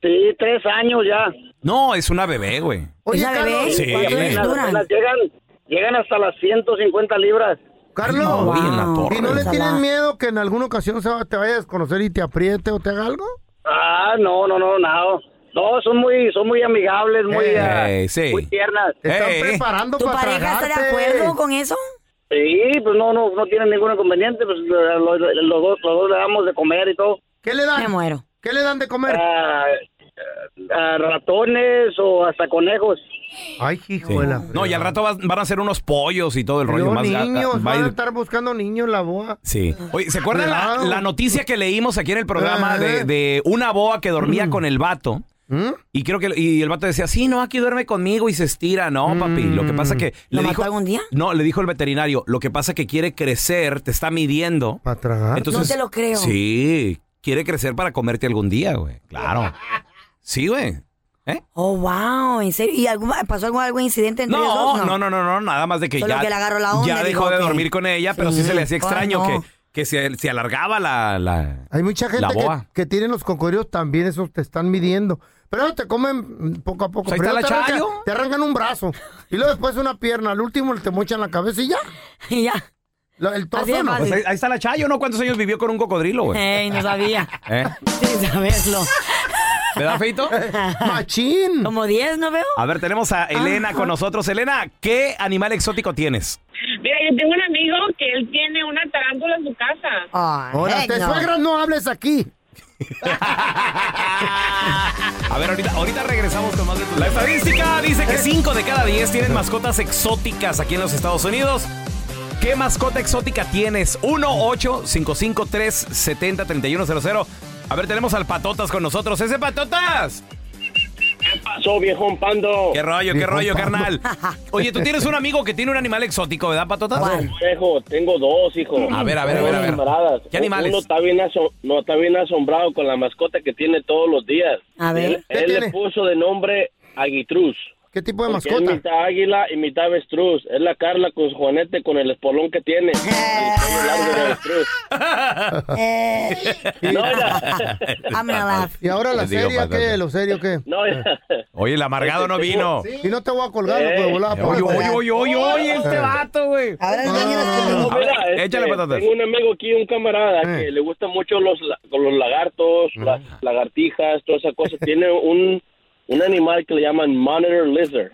Speaker 9: Sí, tres años ya.
Speaker 1: No, es una bebé, güey.
Speaker 3: Oye,
Speaker 2: ¿Esa bebé?
Speaker 3: Carlos.
Speaker 1: Sí.
Speaker 2: ¿Cuánto
Speaker 1: Eh.
Speaker 2: les
Speaker 9: Las-
Speaker 2: duran?
Speaker 9: las llegan, llegan hasta las 150 libras.
Speaker 3: Carlos.
Speaker 1: No,
Speaker 2: Wow.
Speaker 1: y en la torre.
Speaker 3: ¿Y no le
Speaker 2: Ojalá.
Speaker 3: tienen miedo que en alguna ocasión se va- te vaya a desconocer y te apriete o te haga algo?
Speaker 9: Ah, no, no, no, no. No, son muy, son muy amigables, muy,
Speaker 3: Eh,
Speaker 9: ah,
Speaker 1: eh, sí. Eh,
Speaker 9: muy tiernas.
Speaker 3: Te están
Speaker 1: Ey, ey.
Speaker 3: preparando
Speaker 2: ¿Tu
Speaker 3: para
Speaker 2: pareja está de
Speaker 3: tragarte.
Speaker 2: acuerdo con eso?
Speaker 9: Sí, pues no, no, no tienen ningún inconveniente, pues lo- lo- los, dos, los dos le damos de comer y todo.
Speaker 3: ¿Qué le
Speaker 2: Me
Speaker 3: dan?
Speaker 2: muero.
Speaker 3: ¿Qué le dan de comer?
Speaker 9: Ah, ah, ratones o hasta conejos.
Speaker 3: Ay, hijuela.
Speaker 1: No, y al rato vas- van a ser unos pollos y todo el rollo
Speaker 3: Los
Speaker 1: más ga-
Speaker 3: niños,
Speaker 1: va a
Speaker 3: van a
Speaker 1: ir-
Speaker 3: estar buscando niños en la boa.
Speaker 1: Sí. Oye, ¿se acuerdan la,
Speaker 3: Cuidado.
Speaker 1: la noticia que leímos aquí en el programa
Speaker 3: Ajá.
Speaker 1: de, de una boa que dormía con el vato?
Speaker 3: ¿eh? ¿Mm?
Speaker 1: Y creo que y el vato decía, sí, no, aquí duerme conmigo y se estira. No, papi. Lo que
Speaker 3: Mm.
Speaker 1: pasa que
Speaker 2: ¿Lo
Speaker 1: le
Speaker 2: mató
Speaker 1: dijo.
Speaker 2: algún día?
Speaker 1: No, le dijo el veterinario, lo que pasa que quiere crecer, te está midiendo.
Speaker 3: ¿Para tragar?
Speaker 1: Entonces,
Speaker 2: No te lo creo.
Speaker 1: Sí, quiere crecer para comerte algún día, güey. Claro. Sí, güey. ¿Eh?
Speaker 2: Oh, wow. ¿En serio? ¿Y algún- pasó algún, algún incidente entre ellos
Speaker 1: No,
Speaker 2: dos?
Speaker 1: no, no, no, no, nada más de que
Speaker 2: Solo
Speaker 1: ya,
Speaker 2: que le agarró la onda,
Speaker 1: ya
Speaker 2: dijo
Speaker 1: dejó de
Speaker 2: que-
Speaker 1: dormir con ella, pero sí
Speaker 2: Sí,
Speaker 1: se le hacía
Speaker 2: ay,
Speaker 1: extraño
Speaker 2: no.
Speaker 1: que, que se, se alargaba la, la...
Speaker 3: Hay mucha gente
Speaker 1: La
Speaker 3: que,
Speaker 1: boa.
Speaker 3: que tiene los cocodrilos también, esos te están midiendo. Pero te comen mm, poco a poco.
Speaker 1: Pues Ahí está
Speaker 3: Primero
Speaker 1: la
Speaker 3: te, arrancan-
Speaker 1: chayo.
Speaker 3: te arrancan un brazo. Y luego después una pierna. Al último te mochan la cabeza y ya.
Speaker 2: Y ya.
Speaker 3: La- el
Speaker 2: Así de
Speaker 3: torso no.
Speaker 2: fácil.
Speaker 1: Pues ahí, ahí está la Chayo, ¿no? ¿Cuántos años vivió con un cocodrilo, güey?
Speaker 2: Ey, no sabía.
Speaker 1: ¿Eh?
Speaker 2: Sin saberlo.
Speaker 1: ¿Verdad, Feito?
Speaker 3: Machín.
Speaker 2: Como 10, ¿no veo?
Speaker 1: A ver, tenemos a Elena con nosotros. Elena, ¿qué animal exótico tienes?
Speaker 5: Mira, yo tengo un amigo que él tiene una tarántula en su casa.
Speaker 2: Ay,
Speaker 3: Ahora, te
Speaker 2: no.
Speaker 3: suegra, no hables aquí.
Speaker 1: A ver, ahorita, ahorita regresamos con más de tu... La estadística dice que 5 de cada 10 tienen mascotas exóticas aquí en los Estados Unidos. ¿Qué mascota exótica tienes? 1-8-553-70-3100. A ver, tenemos al Patotas con nosotros. ¡Ese Patotas!
Speaker 9: ¿Qué pasó, viejo pando?
Speaker 1: ¡Qué rollo, qué
Speaker 3: Dijo
Speaker 1: rollo,
Speaker 3: Pablo.
Speaker 1: carnal! Oye, tú tienes un amigo que tiene un animal exótico, ¿verdad, Patotas?
Speaker 2: ¿Cuál?
Speaker 9: Viejo, tengo dos, hijo.
Speaker 1: A ver, a ver, a ver, a ver.
Speaker 9: Camaradas.
Speaker 1: ¿Qué animales?
Speaker 9: Uno está bien, aso- no, está bien asombrado con la mascota que tiene todos los días.
Speaker 2: A ver.
Speaker 9: Él,
Speaker 3: ¿Qué
Speaker 9: él le
Speaker 3: tiene?
Speaker 9: puso de nombre Aguitruz.
Speaker 3: ¿Qué tipo de
Speaker 9: Porque es
Speaker 3: mascota?
Speaker 9: mitad águila y mitad avestruz. Es la Carla con su juanete con el espolón que tiene. Y el pelo largo de avestruz.
Speaker 2: Eh,
Speaker 9: No, oiga.
Speaker 2: I'm gonna laugh.
Speaker 3: Y ahora la
Speaker 1: Les digo,
Speaker 3: serie,
Speaker 1: Patotas.
Speaker 3: ¿qué? ¿Lo serio qué?
Speaker 9: No, oiga.
Speaker 1: Oye, el amargado no vino.
Speaker 3: Y no te voy a colgar, pues,
Speaker 9: Eh.
Speaker 3: no puedo volar.
Speaker 1: Oye, oye, oye, oye, oye,
Speaker 3: pues,
Speaker 1: este
Speaker 3: eh.
Speaker 1: vato, güey.
Speaker 2: Ahora el dueño de las
Speaker 3: Ah.
Speaker 9: No,
Speaker 1: A ver,
Speaker 9: mira, este,
Speaker 1: échale patatas.
Speaker 9: Tengo un amigo aquí, un camarada,
Speaker 3: Eh.
Speaker 9: que le gusta mucho los, la- con los lagartos, las lagartijas, toda esa cosa. Tiene un, un animal que le llaman monitor lizard.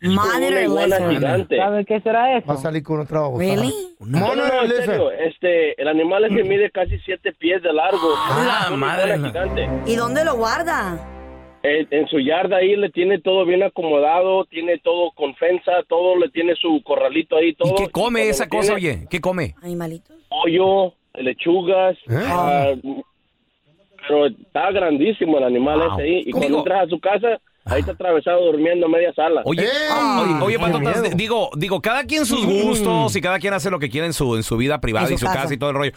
Speaker 2: Monitor
Speaker 9: una iguana
Speaker 2: lizard.
Speaker 9: gigante.
Speaker 3: Va a salir con otra hoja.
Speaker 2: Really?
Speaker 9: No, no, no, en
Speaker 3: Lizard.
Speaker 9: serio, este, el animal ese mide casi siete pies de largo.
Speaker 1: Mm. Ah,
Speaker 9: Es una
Speaker 1: madre.
Speaker 9: iguana gigante.
Speaker 2: ¿Y dónde lo guarda?
Speaker 9: En, en su yarda ahí le tiene todo bien acomodado, tiene todo con fensa, todo le tiene su corralito ahí, todo.
Speaker 1: ¿Y qué come
Speaker 9: cuando
Speaker 1: esa
Speaker 9: tiene
Speaker 1: cosa, oye? ¿Qué come?
Speaker 2: Animalitos.
Speaker 9: Pollo, lechugas,
Speaker 3: ¿Eh?
Speaker 9: ah, pero está grandísimo el animal
Speaker 1: Wow.
Speaker 9: ese ahí. Y
Speaker 1: ¿Cómo?
Speaker 9: cuando entras a su casa, ahí está atravesado durmiendo media sala.
Speaker 1: Oye, oye, oye,
Speaker 3: Qué
Speaker 1: patotas,
Speaker 3: miedo.
Speaker 1: digo, digo, cada quien sus gustos y cada quien hace lo que quiere en su, en su vida privada
Speaker 2: En su
Speaker 1: y su
Speaker 2: casa.
Speaker 1: casa y todo el rollo.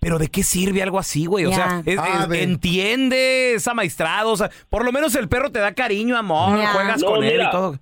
Speaker 1: Pero ¿de qué sirve algo así, güey? O
Speaker 2: Ya.
Speaker 1: sea, es-
Speaker 3: A
Speaker 1: es-
Speaker 3: ver.
Speaker 1: entiende, es amaestrado, o sea, por lo menos el perro te da cariño, amor,
Speaker 2: Ya.
Speaker 1: juegas
Speaker 9: No,
Speaker 1: con él
Speaker 9: mira.
Speaker 1: y todo.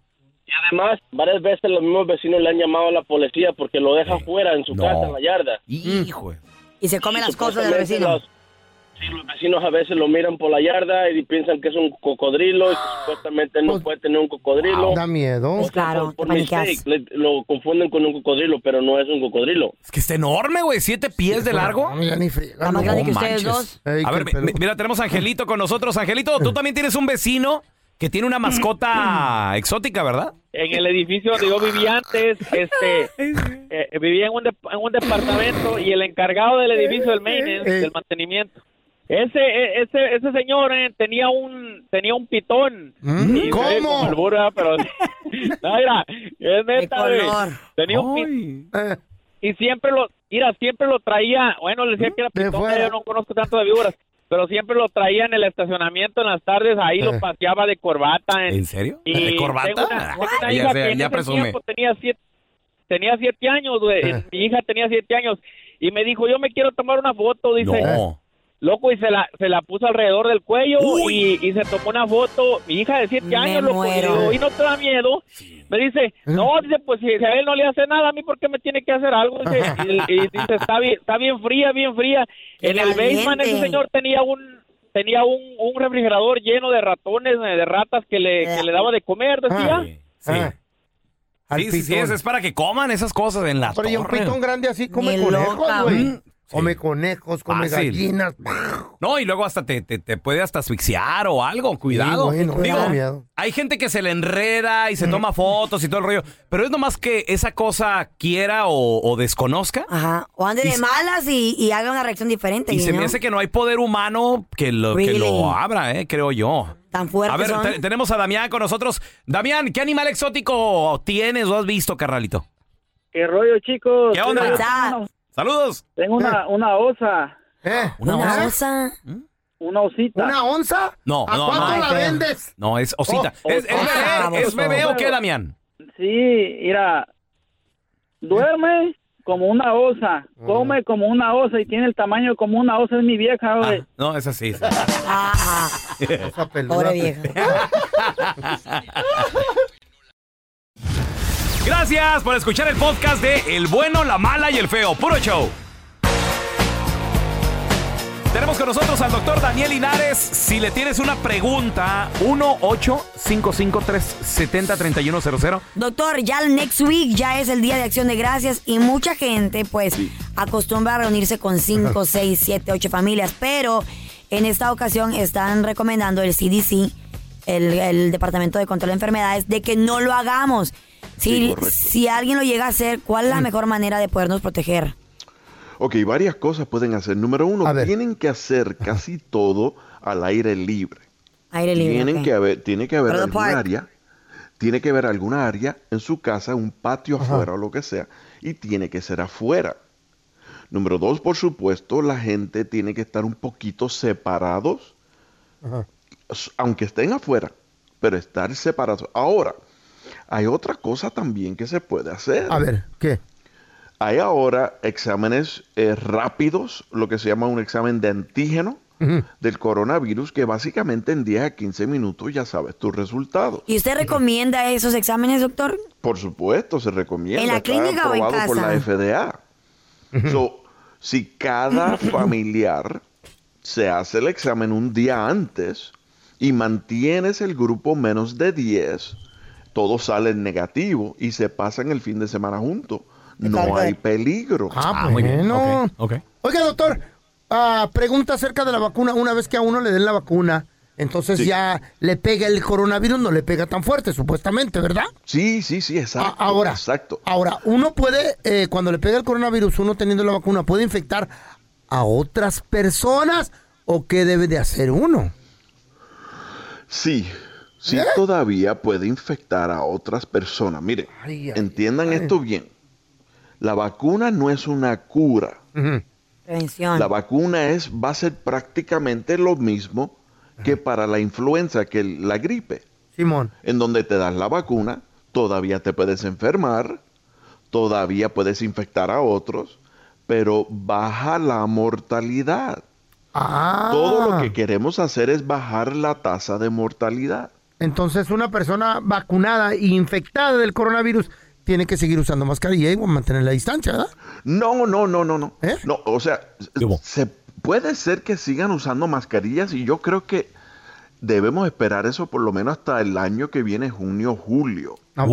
Speaker 9: Y además, varias veces los mismos vecinos le han llamado a la policía porque lo deja
Speaker 1: Sí.
Speaker 9: fuera en su
Speaker 1: Eh, No.
Speaker 9: casa, en la yarda.
Speaker 1: Hijo.
Speaker 2: Y se come
Speaker 9: Y
Speaker 2: las cosas del
Speaker 9: supuestamente
Speaker 2: vecino.
Speaker 9: los- sí, los vecinos a veces lo miran por la yarda y piensan que es un cocodrilo y que supuestamente no
Speaker 3: Pues-
Speaker 9: puede tener un cocodrilo.
Speaker 3: Da miedo.
Speaker 9: O sea,
Speaker 2: Pues Claro,
Speaker 9: por- por
Speaker 2: te paniqueas.
Speaker 9: mistake, le- lo confunden con un cocodrilo, pero no es un cocodrilo.
Speaker 1: Es que está enorme, güey, siete pies de largo.
Speaker 3: No, ya ni friega,
Speaker 2: La más
Speaker 3: no.
Speaker 2: grande que
Speaker 1: No
Speaker 2: ustedes
Speaker 1: manches.
Speaker 2: dos.
Speaker 3: Ey,
Speaker 1: a
Speaker 3: qué
Speaker 1: ver, mi-
Speaker 3: pedo.
Speaker 1: mi- mira, tenemos a Angelito con nosotros. Angelito, tú también tienes un vecino que tiene una mascota exótica, ¿verdad?
Speaker 10: en el edificio donde yo vivía antes, este, eh, vivía en un, dep- en un departamento y el encargado del edificio del maintenance, del mantenimiento, ese, e- ese, ese señor eh, tenía un, tenía un pitón.
Speaker 3: ¿Mm?
Speaker 10: Y se ve como
Speaker 3: ¿Cómo?
Speaker 10: albur, ¿verdad? pero no, mira, es neta,
Speaker 2: De
Speaker 10: güey.
Speaker 2: color.
Speaker 10: Tenía un pitón
Speaker 3: Eh,
Speaker 10: y siempre lo, mira, siempre lo traía, bueno, le decía que era
Speaker 3: De
Speaker 10: pitón,
Speaker 3: fuera.
Speaker 10: yo no conozco tanto de víboras, pero siempre lo traía en el estacionamiento en las tardes, ahí
Speaker 3: Eh.
Speaker 10: lo paseaba de corbata. En,
Speaker 1: ¿En serio?
Speaker 10: y
Speaker 1: ¿De
Speaker 10: Tengo una,
Speaker 1: corbata? Ah,
Speaker 10: tengo una
Speaker 1: Ya,
Speaker 10: hija
Speaker 1: sé,
Speaker 10: que en
Speaker 1: ya
Speaker 10: ese
Speaker 1: presume. Ah.
Speaker 10: tiempo tenía siete, tenía siete años, güey.
Speaker 3: Eh.
Speaker 10: Mi hija tenía siete años. Y me dijo, yo me quiero tomar una foto, dice.
Speaker 1: No.
Speaker 10: Loco, y se la, se la puso alrededor del cuello
Speaker 1: Uy.
Speaker 10: y, y se tomó una foto. Mi hija de siete
Speaker 2: Me
Speaker 10: años, loco. Y,
Speaker 2: muero.
Speaker 10: digo, "¿Y no te da miedo. Me dice, no, dice, pues si a él no le hace nada, a mí, ¿por qué me tiene que hacer algo? Dice, y, y dice, está bien, está bien fría, bien fría.
Speaker 2: Qué
Speaker 10: en el basement
Speaker 2: valiente.
Speaker 10: ese señor tenía un tenía un, un refrigerador lleno de ratones, eh, de ratas que le, que le daba de comer, decía.
Speaker 3: Ah.
Speaker 1: Sí.
Speaker 3: Ah, al
Speaker 1: Sí, sí, sí,
Speaker 3: pitón.
Speaker 1: es, es para que coman esas cosas en la
Speaker 3: Pero y un
Speaker 1: torre.
Speaker 3: pitón grande así come
Speaker 2: Ni loca,
Speaker 3: conejos, güey.
Speaker 1: Mm,
Speaker 3: Come
Speaker 1: sí.
Speaker 3: conejos, come
Speaker 1: Fácil.
Speaker 3: gallinas.
Speaker 1: No, y luego hasta te, te, te puede hasta asfixiar o algo, cuidado.
Speaker 3: Sí, güey, no,
Speaker 1: Digo,
Speaker 3: da miedo.
Speaker 1: hay gente que se le enreda y se toma fotos y todo el rollo, pero es nomás que esa cosa quiera o, o desconozca.
Speaker 2: Ajá. O anden
Speaker 1: Y
Speaker 2: de
Speaker 1: se-
Speaker 2: malas y, y haga una reacción diferente.
Speaker 1: Y
Speaker 2: you
Speaker 1: se me
Speaker 2: know?
Speaker 1: hace que no hay poder humano que lo, que
Speaker 2: Really.
Speaker 1: lo abra, eh, creo yo.
Speaker 2: Tan fuertes
Speaker 1: A ver,
Speaker 2: son.
Speaker 1: te- tenemos a Damián con nosotros. Damián, ¿qué animal exótico tienes o has visto, carnalito?
Speaker 10: ¿Qué rollo, chicos?
Speaker 1: ¿Qué onda?
Speaker 2: What's up?
Speaker 1: Saludos.
Speaker 10: Tengo
Speaker 3: una-
Speaker 10: osa, ¿Mm?
Speaker 3: Eh,
Speaker 1: ¿Una
Speaker 2: Una
Speaker 1: osa?
Speaker 2: osa.
Speaker 10: una osita.
Speaker 3: ¿Una onza?
Speaker 1: No,
Speaker 3: ¿A
Speaker 1: no,
Speaker 3: cuánto
Speaker 1: no.
Speaker 3: la vendes?
Speaker 1: No, es osita.
Speaker 10: Oh,
Speaker 1: ¿Es, es
Speaker 2: osa,
Speaker 3: ah,
Speaker 1: bebé, ¿es
Speaker 2: baboso.
Speaker 1: bebé o qué, Damián?
Speaker 10: Sí, mira, duerme como una osa,
Speaker 3: Ah.
Speaker 10: come como una osa y tiene el tamaño como una osa, es mi vieja,
Speaker 1: Ah,
Speaker 10: güey.
Speaker 1: no, es así. sí.
Speaker 2: Ajá.
Speaker 3: Osa peluda.
Speaker 2: Pobre vieja.
Speaker 1: Gracias por escuchar el podcast de El bueno, la mala y el feo. Puro show. Tenemos con nosotros al doctor Daniel Linares. Si le tienes una pregunta, 1 70 3100
Speaker 2: Doctor, ya el next week ya es el Día de Acción de Gracias y mucha gente pues acostumbra a reunirse con 5, 6, 7, 8 familias, pero en esta ocasión están recomendando el CDC, el, el Departamento de Control de Enfermedades, de que no lo hagamos. Si, si alguien lo llega a hacer, ¿cuál es la mejor manera de podernos proteger?
Speaker 11: Ok, varias cosas pueden hacer. Número uno,
Speaker 3: A ver.
Speaker 11: tienen que hacer casi todo al aire libre.
Speaker 2: Aire libre.
Speaker 11: Tienen
Speaker 2: ok.
Speaker 11: que haber, tiene que haber
Speaker 2: Pero the
Speaker 11: algún
Speaker 2: park.
Speaker 11: área, tiene que haber alguna área en su casa, un patio afuera o lo que sea, y tiene que ser afuera. Número dos, por supuesto, la gente tiene que estar un poquito separados,
Speaker 3: Ajá.
Speaker 11: s- aunque estén afuera, pero estar separados. Ahora, hay otra cosa también que se puede hacer.
Speaker 3: A ver, ¿qué?
Speaker 11: Hay ahora exámenes eh, rápidos, lo que se llama un examen de antígeno
Speaker 3: Ujú.
Speaker 11: del coronavirus, que básicamente en 10 a 15 minutos ya sabes tus resultados.
Speaker 2: ¿Y usted recomienda esos exámenes, doctor?
Speaker 11: Por supuesto, se recomienda.
Speaker 2: ¿En la
Speaker 11: está
Speaker 2: clínica o en
Speaker 11: aprobado por
Speaker 2: casa?
Speaker 11: la FDA. So, si cada familiar se hace el examen un día antes y mantienes el grupo menos de 10, todos salen negativo y se pasan el fin de semana juntos. No hay peligro.
Speaker 3: Ah,
Speaker 1: muy bien,
Speaker 3: bueno.
Speaker 1: pues, ok, ok.
Speaker 3: Oiga, doctor, ah, pregunta acerca de la vacuna. Una vez que a uno le den la vacuna, entonces
Speaker 11: Sí.
Speaker 3: ya le pega el coronavirus, no le pega tan fuerte, supuestamente, ¿verdad?
Speaker 11: Sí, sí, sí,
Speaker 3: A-
Speaker 11: exacto.
Speaker 3: ahora,
Speaker 11: Exacto.
Speaker 3: ahora, uno puede, eh, cuando le pega el coronavirus, uno teniendo la vacuna, puede infectar a otras personas o qué debe de hacer uno.
Speaker 11: Sí, sí
Speaker 3: ¿Eh?
Speaker 11: todavía puede infectar a otras personas. Mire,
Speaker 3: Ay, ay,
Speaker 11: entiendan esto bien. La vacuna no es una cura.
Speaker 3: Ujú.
Speaker 2: Prevención.
Speaker 11: La vacuna es, va a ser prácticamente lo mismo que para la influenza, que el- la gripe.
Speaker 3: Simón.
Speaker 11: En donde te das la vacuna, todavía te puedes enfermar, todavía puedes infectar a otros, pero baja la mortalidad. Todo lo que queremos hacer es bajar la tasa de mortalidad.
Speaker 3: Entonces, una persona vacunada e infectada del coronavirus tiene que seguir usando mascarilla y mantener la distancia, ¿verdad?
Speaker 11: No, no, no, no, no. No, o sea, se puede ser que sigan usando mascarillas y yo creo que debemos esperar eso por lo menos hasta el año que viene, junio, julio.
Speaker 1: Ah,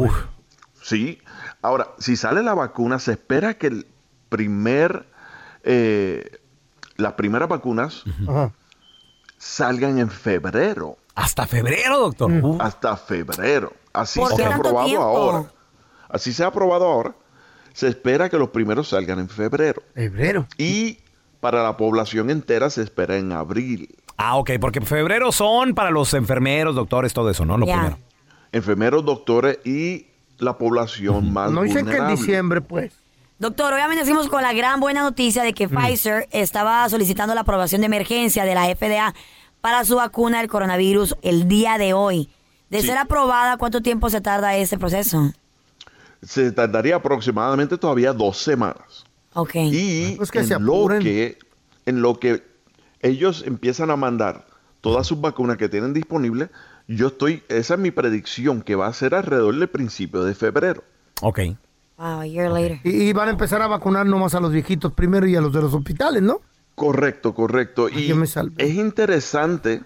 Speaker 11: Sí. Ahora, si sale la vacuna, se espera que el primer, eh, las primeras vacunas salgan en febrero.
Speaker 1: Hasta febrero, doctor.
Speaker 11: Hasta febrero. Así
Speaker 1: ¿Por
Speaker 11: se
Speaker 1: qué
Speaker 11: ha
Speaker 1: tanto
Speaker 11: aprobado
Speaker 1: tiempo?
Speaker 11: ahora. Así se ha aprobado ahora. Se espera que los primeros salgan en febrero.
Speaker 3: Febrero.
Speaker 11: Y para la población entera se espera en abril.
Speaker 1: Ah, ok, porque febrero son para los enfermeros, doctores, todo eso, ¿no? Lo
Speaker 11: Ya.
Speaker 1: primero.
Speaker 11: Enfermeros, doctores y la población más
Speaker 3: No dicen que en
Speaker 11: vulnerable.
Speaker 3: diciembre, pues.
Speaker 2: Doctor, obviamente decimos con la gran buena noticia de que Pfizer estaba solicitando la aprobación de emergencia de la FDA para su vacuna del coronavirus el día de hoy. De
Speaker 11: Sí.
Speaker 2: ser aprobada, ¿cuánto tiempo se tarda este proceso?
Speaker 11: Se tardaría aproximadamente todavía dos semanas.
Speaker 2: Ok.
Speaker 11: Y
Speaker 3: Pues
Speaker 11: en, lo que, en lo que ellos empiezan a mandar todas sus vacunas que tienen disponibles, yo estoy, esa es mi predicción, que va a ser alrededor del principio de febrero.
Speaker 1: Ok.
Speaker 2: Wow, Ah, a year later.
Speaker 3: Y, y van a empezar a vacunar nomás a los viejitos primero y a los de los hospitales, ¿no?
Speaker 11: Correcto, correcto. Y es interesante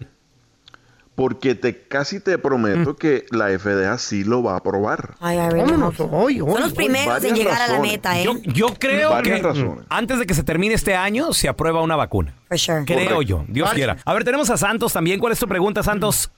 Speaker 11: porque te casi te
Speaker 3: Mm.
Speaker 11: prometo que la FDA sí lo va a aprobar.
Speaker 2: Ay, ay, ay. Son los primeros en
Speaker 11: Varias
Speaker 2: llegar a la
Speaker 11: razones.
Speaker 2: meta, ¿eh?
Speaker 1: Yo, yo creo
Speaker 11: Varias
Speaker 1: que
Speaker 11: razones.
Speaker 1: antes de que se termine este año se aprueba una vacuna. Creo
Speaker 10: Correcto.
Speaker 1: yo, Dios
Speaker 10: Varias.
Speaker 1: quiera. A ver, tenemos a Santos también. ¿Cuál es tu pregunta, Santos?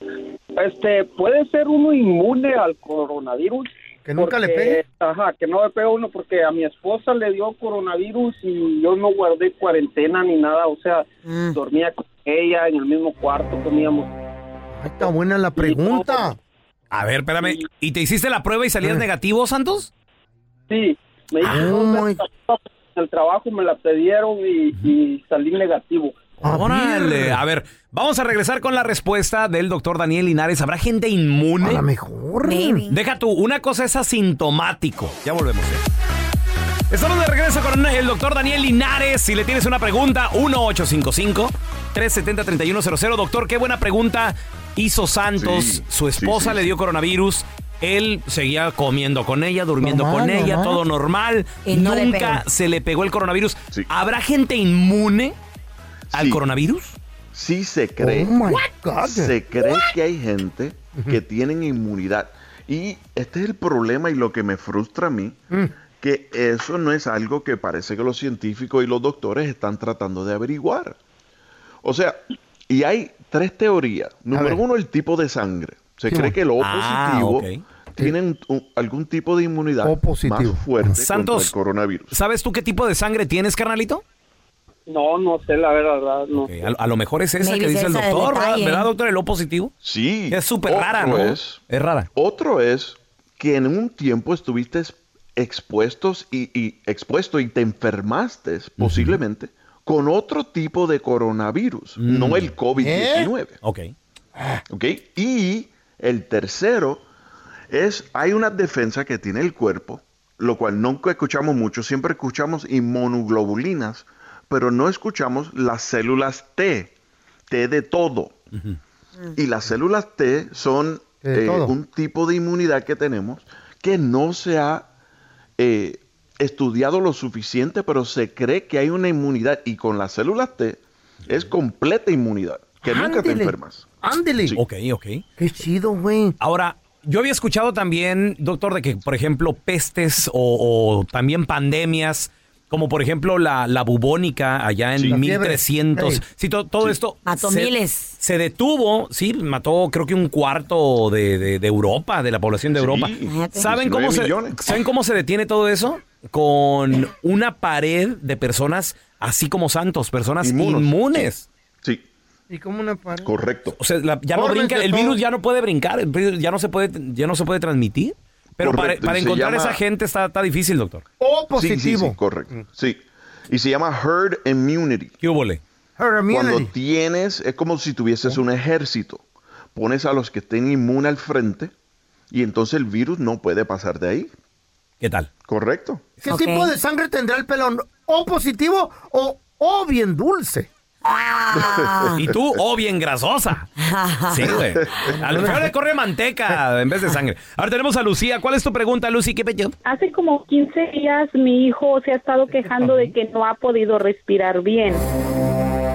Speaker 10: Este, ¿puede ser uno inmune al coronavirus?
Speaker 3: Que nunca le
Speaker 10: Porque-
Speaker 3: pegue.
Speaker 10: Ajá, que no le pegue uno porque a mi esposa le dio coronavirus y yo no guardé cuarentena ni nada, o sea,
Speaker 1: Mm.
Speaker 10: dormía con ella en el mismo cuarto, comíamos.
Speaker 3: Ay, está buena la pregunta.
Speaker 1: A ver, espérame. ¿Y te hiciste la prueba y salías
Speaker 10: Mm.
Speaker 1: negativo, Santos?
Speaker 10: Sí, me hice dos veces en el trabajo, me la pidieron y, y salí negativo.
Speaker 1: Órale. A ver, vamos a regresar con la respuesta del doctor Daniel Linares. ¿Habrá gente inmune? A lo
Speaker 3: mejor.
Speaker 1: Deja tú, una cosa es asintomático. Ya volvemos. ¿eh? Estamos de regreso con el doctor Daniel Linares. Si le tienes una pregunta, 1-855-370-3100. Doctor, qué buena pregunta hizo Santos.
Speaker 12: Sí,
Speaker 1: Su esposa
Speaker 12: sí,
Speaker 1: le dio coronavirus. Él seguía comiendo con ella, durmiendo
Speaker 12: Normal,
Speaker 1: con ella,
Speaker 12: normal.
Speaker 1: todo normal.
Speaker 12: Y no le
Speaker 1: Nunca
Speaker 12: pegó.
Speaker 1: se le pegó el coronavirus. ¿Habrá gente inmune al
Speaker 11: Sí.
Speaker 1: coronavirus?
Speaker 11: Sí se cree.
Speaker 1: Oh my God.
Speaker 11: Se cree que hay gente que tienen inmunidad. Y este es el problema y lo que me frustra a mí, que eso no es algo que parece que los científicos y los doctores están tratando de averiguar. O sea, y hay tres teorías. Número uno, el tipo de sangre. Se
Speaker 3: Sí,
Speaker 11: cree
Speaker 3: mo-
Speaker 11: que los O
Speaker 3: Ah,
Speaker 11: positivo
Speaker 3: ok.
Speaker 11: tienen un- algún tipo de inmunidad
Speaker 3: O positivo.
Speaker 11: más fuerte contra el
Speaker 1: Santos,
Speaker 11: coronavirus.
Speaker 1: ¿sabes tú qué tipo de sangre tienes, carnalito?
Speaker 10: No, no sé, la verdad, no.
Speaker 1: Eh, A, a lo mejor es esa
Speaker 10: Maybe
Speaker 1: que
Speaker 10: es
Speaker 1: dice el
Speaker 10: esa del
Speaker 1: doctor, ¿verdad,
Speaker 10: detalle.
Speaker 1: ¿verdad, doctor? El O positivo.
Speaker 11: Sí.
Speaker 1: Es súper
Speaker 11: Otro
Speaker 1: rara, ¿no?
Speaker 11: Es,
Speaker 1: rara.
Speaker 11: Otro es que en un tiempo estuviste expuestos y, y- expuesto y te enfermaste posiblemente con otro tipo de coronavirus,
Speaker 1: Mm.
Speaker 11: no el COVID-19.
Speaker 1: Ok.
Speaker 11: Ah. ¿Ok? Y el tercero es, hay una defensa que tiene el cuerpo, lo cual nunca escuchamos mucho, siempre escuchamos inmunoglobulinas, pero no escuchamos las células T, T de todo. Y las células T son
Speaker 3: T de
Speaker 11: eh,
Speaker 3: todo.
Speaker 11: un tipo de inmunidad que tenemos que no se ha eh, estudiado lo suficiente, pero se cree que hay una inmunidad y con las células T es completa inmunidad, que nunca te
Speaker 3: Ah, Ándele.
Speaker 11: enfermas.
Speaker 3: Ándele.
Speaker 1: Ok, ok.
Speaker 3: Qué chido, güey.
Speaker 1: Ahora, yo había escuchado también, doctor, de que, por ejemplo, pestes o, o también pandemias, como por ejemplo la, la bubónica allá en
Speaker 12: Sí. La fiebre.
Speaker 1: 1300.
Speaker 12: Ey.
Speaker 1: Sí, to- todo esto.
Speaker 2: Mató
Speaker 1: se-
Speaker 2: miles.
Speaker 1: Se detuvo, sí, mató creo que un cuarto de, de- de Europa, de la población de Europa.
Speaker 12: Imagínate.
Speaker 1: ¿Saben cómo,
Speaker 12: 19
Speaker 1: se,
Speaker 12: millones.
Speaker 1: ¿Saben cómo se detiene todo eso? Con una pared de personas así como santos, personas
Speaker 11: Inmunos.
Speaker 1: inmunes.
Speaker 11: Sí.
Speaker 3: ¿Y cómo una pared?
Speaker 11: Correcto.
Speaker 1: O sea, la- ya no
Speaker 11: Córrense
Speaker 1: brinca, el
Speaker 11: todos.
Speaker 1: virus ya no puede brincar, el virus ya no se puede, ya no se puede transmitir. Pero para-
Speaker 11: Correcto, y
Speaker 1: para,
Speaker 11: se
Speaker 1: encontrar
Speaker 11: llama-
Speaker 1: esa gente está, está difícil, doctor.
Speaker 3: O
Speaker 11: Sí, sí,
Speaker 3: positivo. Mm.
Speaker 11: sí, correcto. Sí. Y se llama herd immunity.
Speaker 13: ¿Qué huele?
Speaker 3: Herd
Speaker 11: Cuando tienes, es como si tuvieses un ejército. Pones a los que estén inmunes al frente y entonces el virus no puede pasar de ahí.
Speaker 13: ¿Qué tal?
Speaker 11: Correcto.
Speaker 3: ¿Qué tipo de sangre tendrá el pelón? ¿O positivo o, o bien dulce? Ah.
Speaker 2: Ah.
Speaker 13: Y tú, oh, bien grasosa. Sí, güey. Al feo le corre manteca en vez de sangre. Ahora tenemos a Lucía. ¿Cuál es tu pregunta, Lucy? ¿Qué pecho?
Speaker 14: Hace como 15 días mi hijo se ha estado quejando de que no ha podido respirar bien.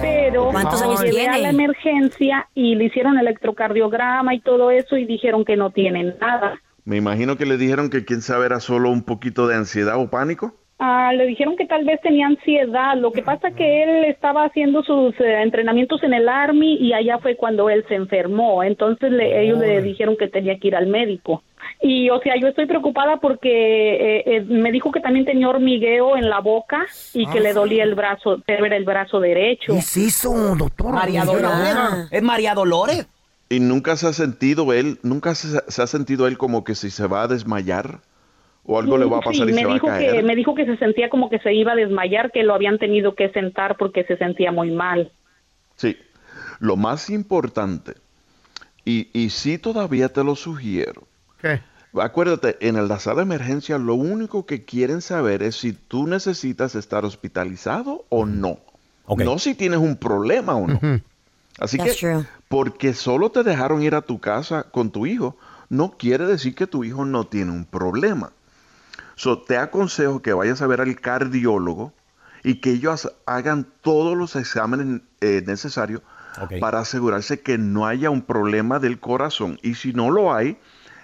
Speaker 14: Pero
Speaker 2: ¿Cuántos años
Speaker 14: llevé a
Speaker 2: tiene?
Speaker 14: la emergencia y le hicieron electrocardiograma y todo eso y dijeron que no tienen nada.
Speaker 11: Me imagino que le dijeron que quién sabe era solo un poquito de ansiedad o pánico.
Speaker 14: Ah, le dijeron que tal vez tenía ansiedad. Lo que pasa que él estaba haciendo sus eh, entrenamientos en el Army y allá fue cuando él se enfermó. Entonces le- ellos le dijeron que tenía que ir al médico. Y o sea, yo estoy preocupada porque eh, eh, me dijo que también tenía hormigueo en la boca y que
Speaker 3: Ah.
Speaker 14: le dolía el brazo, era el brazo derecho.
Speaker 3: ¿Qué es eso, doctor? Dolores.
Speaker 13: ¿Es María Dolores?
Speaker 11: Y nunca se ha sentido él, nunca se, se ha sentido él como que si se va a desmayar o algo le va a pasar
Speaker 14: Sí,
Speaker 11: y
Speaker 14: me
Speaker 11: se va a
Speaker 14: dijo
Speaker 11: caer.
Speaker 14: que me dijo que se sentía como que se iba a desmayar, que lo habían tenido que sentar porque se sentía muy mal.
Speaker 11: Sí. Lo más importante, y, y sí todavía te lo sugiero,
Speaker 3: ¿Qué?
Speaker 11: acuérdate, en la sala de emergencia lo único que quieren saber es si tú necesitas estar hospitalizado o no.
Speaker 13: Ok.
Speaker 11: No si tienes un problema o no. Así
Speaker 2: That's
Speaker 11: que,
Speaker 2: true.
Speaker 11: porque solo te dejaron ir a tu casa con tu hijo, no quiere decir que tu hijo no tiene un problema. So, te aconsejo que vayas a ver al cardiólogo y que ellos hagan todos los exámenes eh, necesarios
Speaker 13: Ok.
Speaker 11: para asegurarse que no haya un problema del corazón. Y si no lo hay,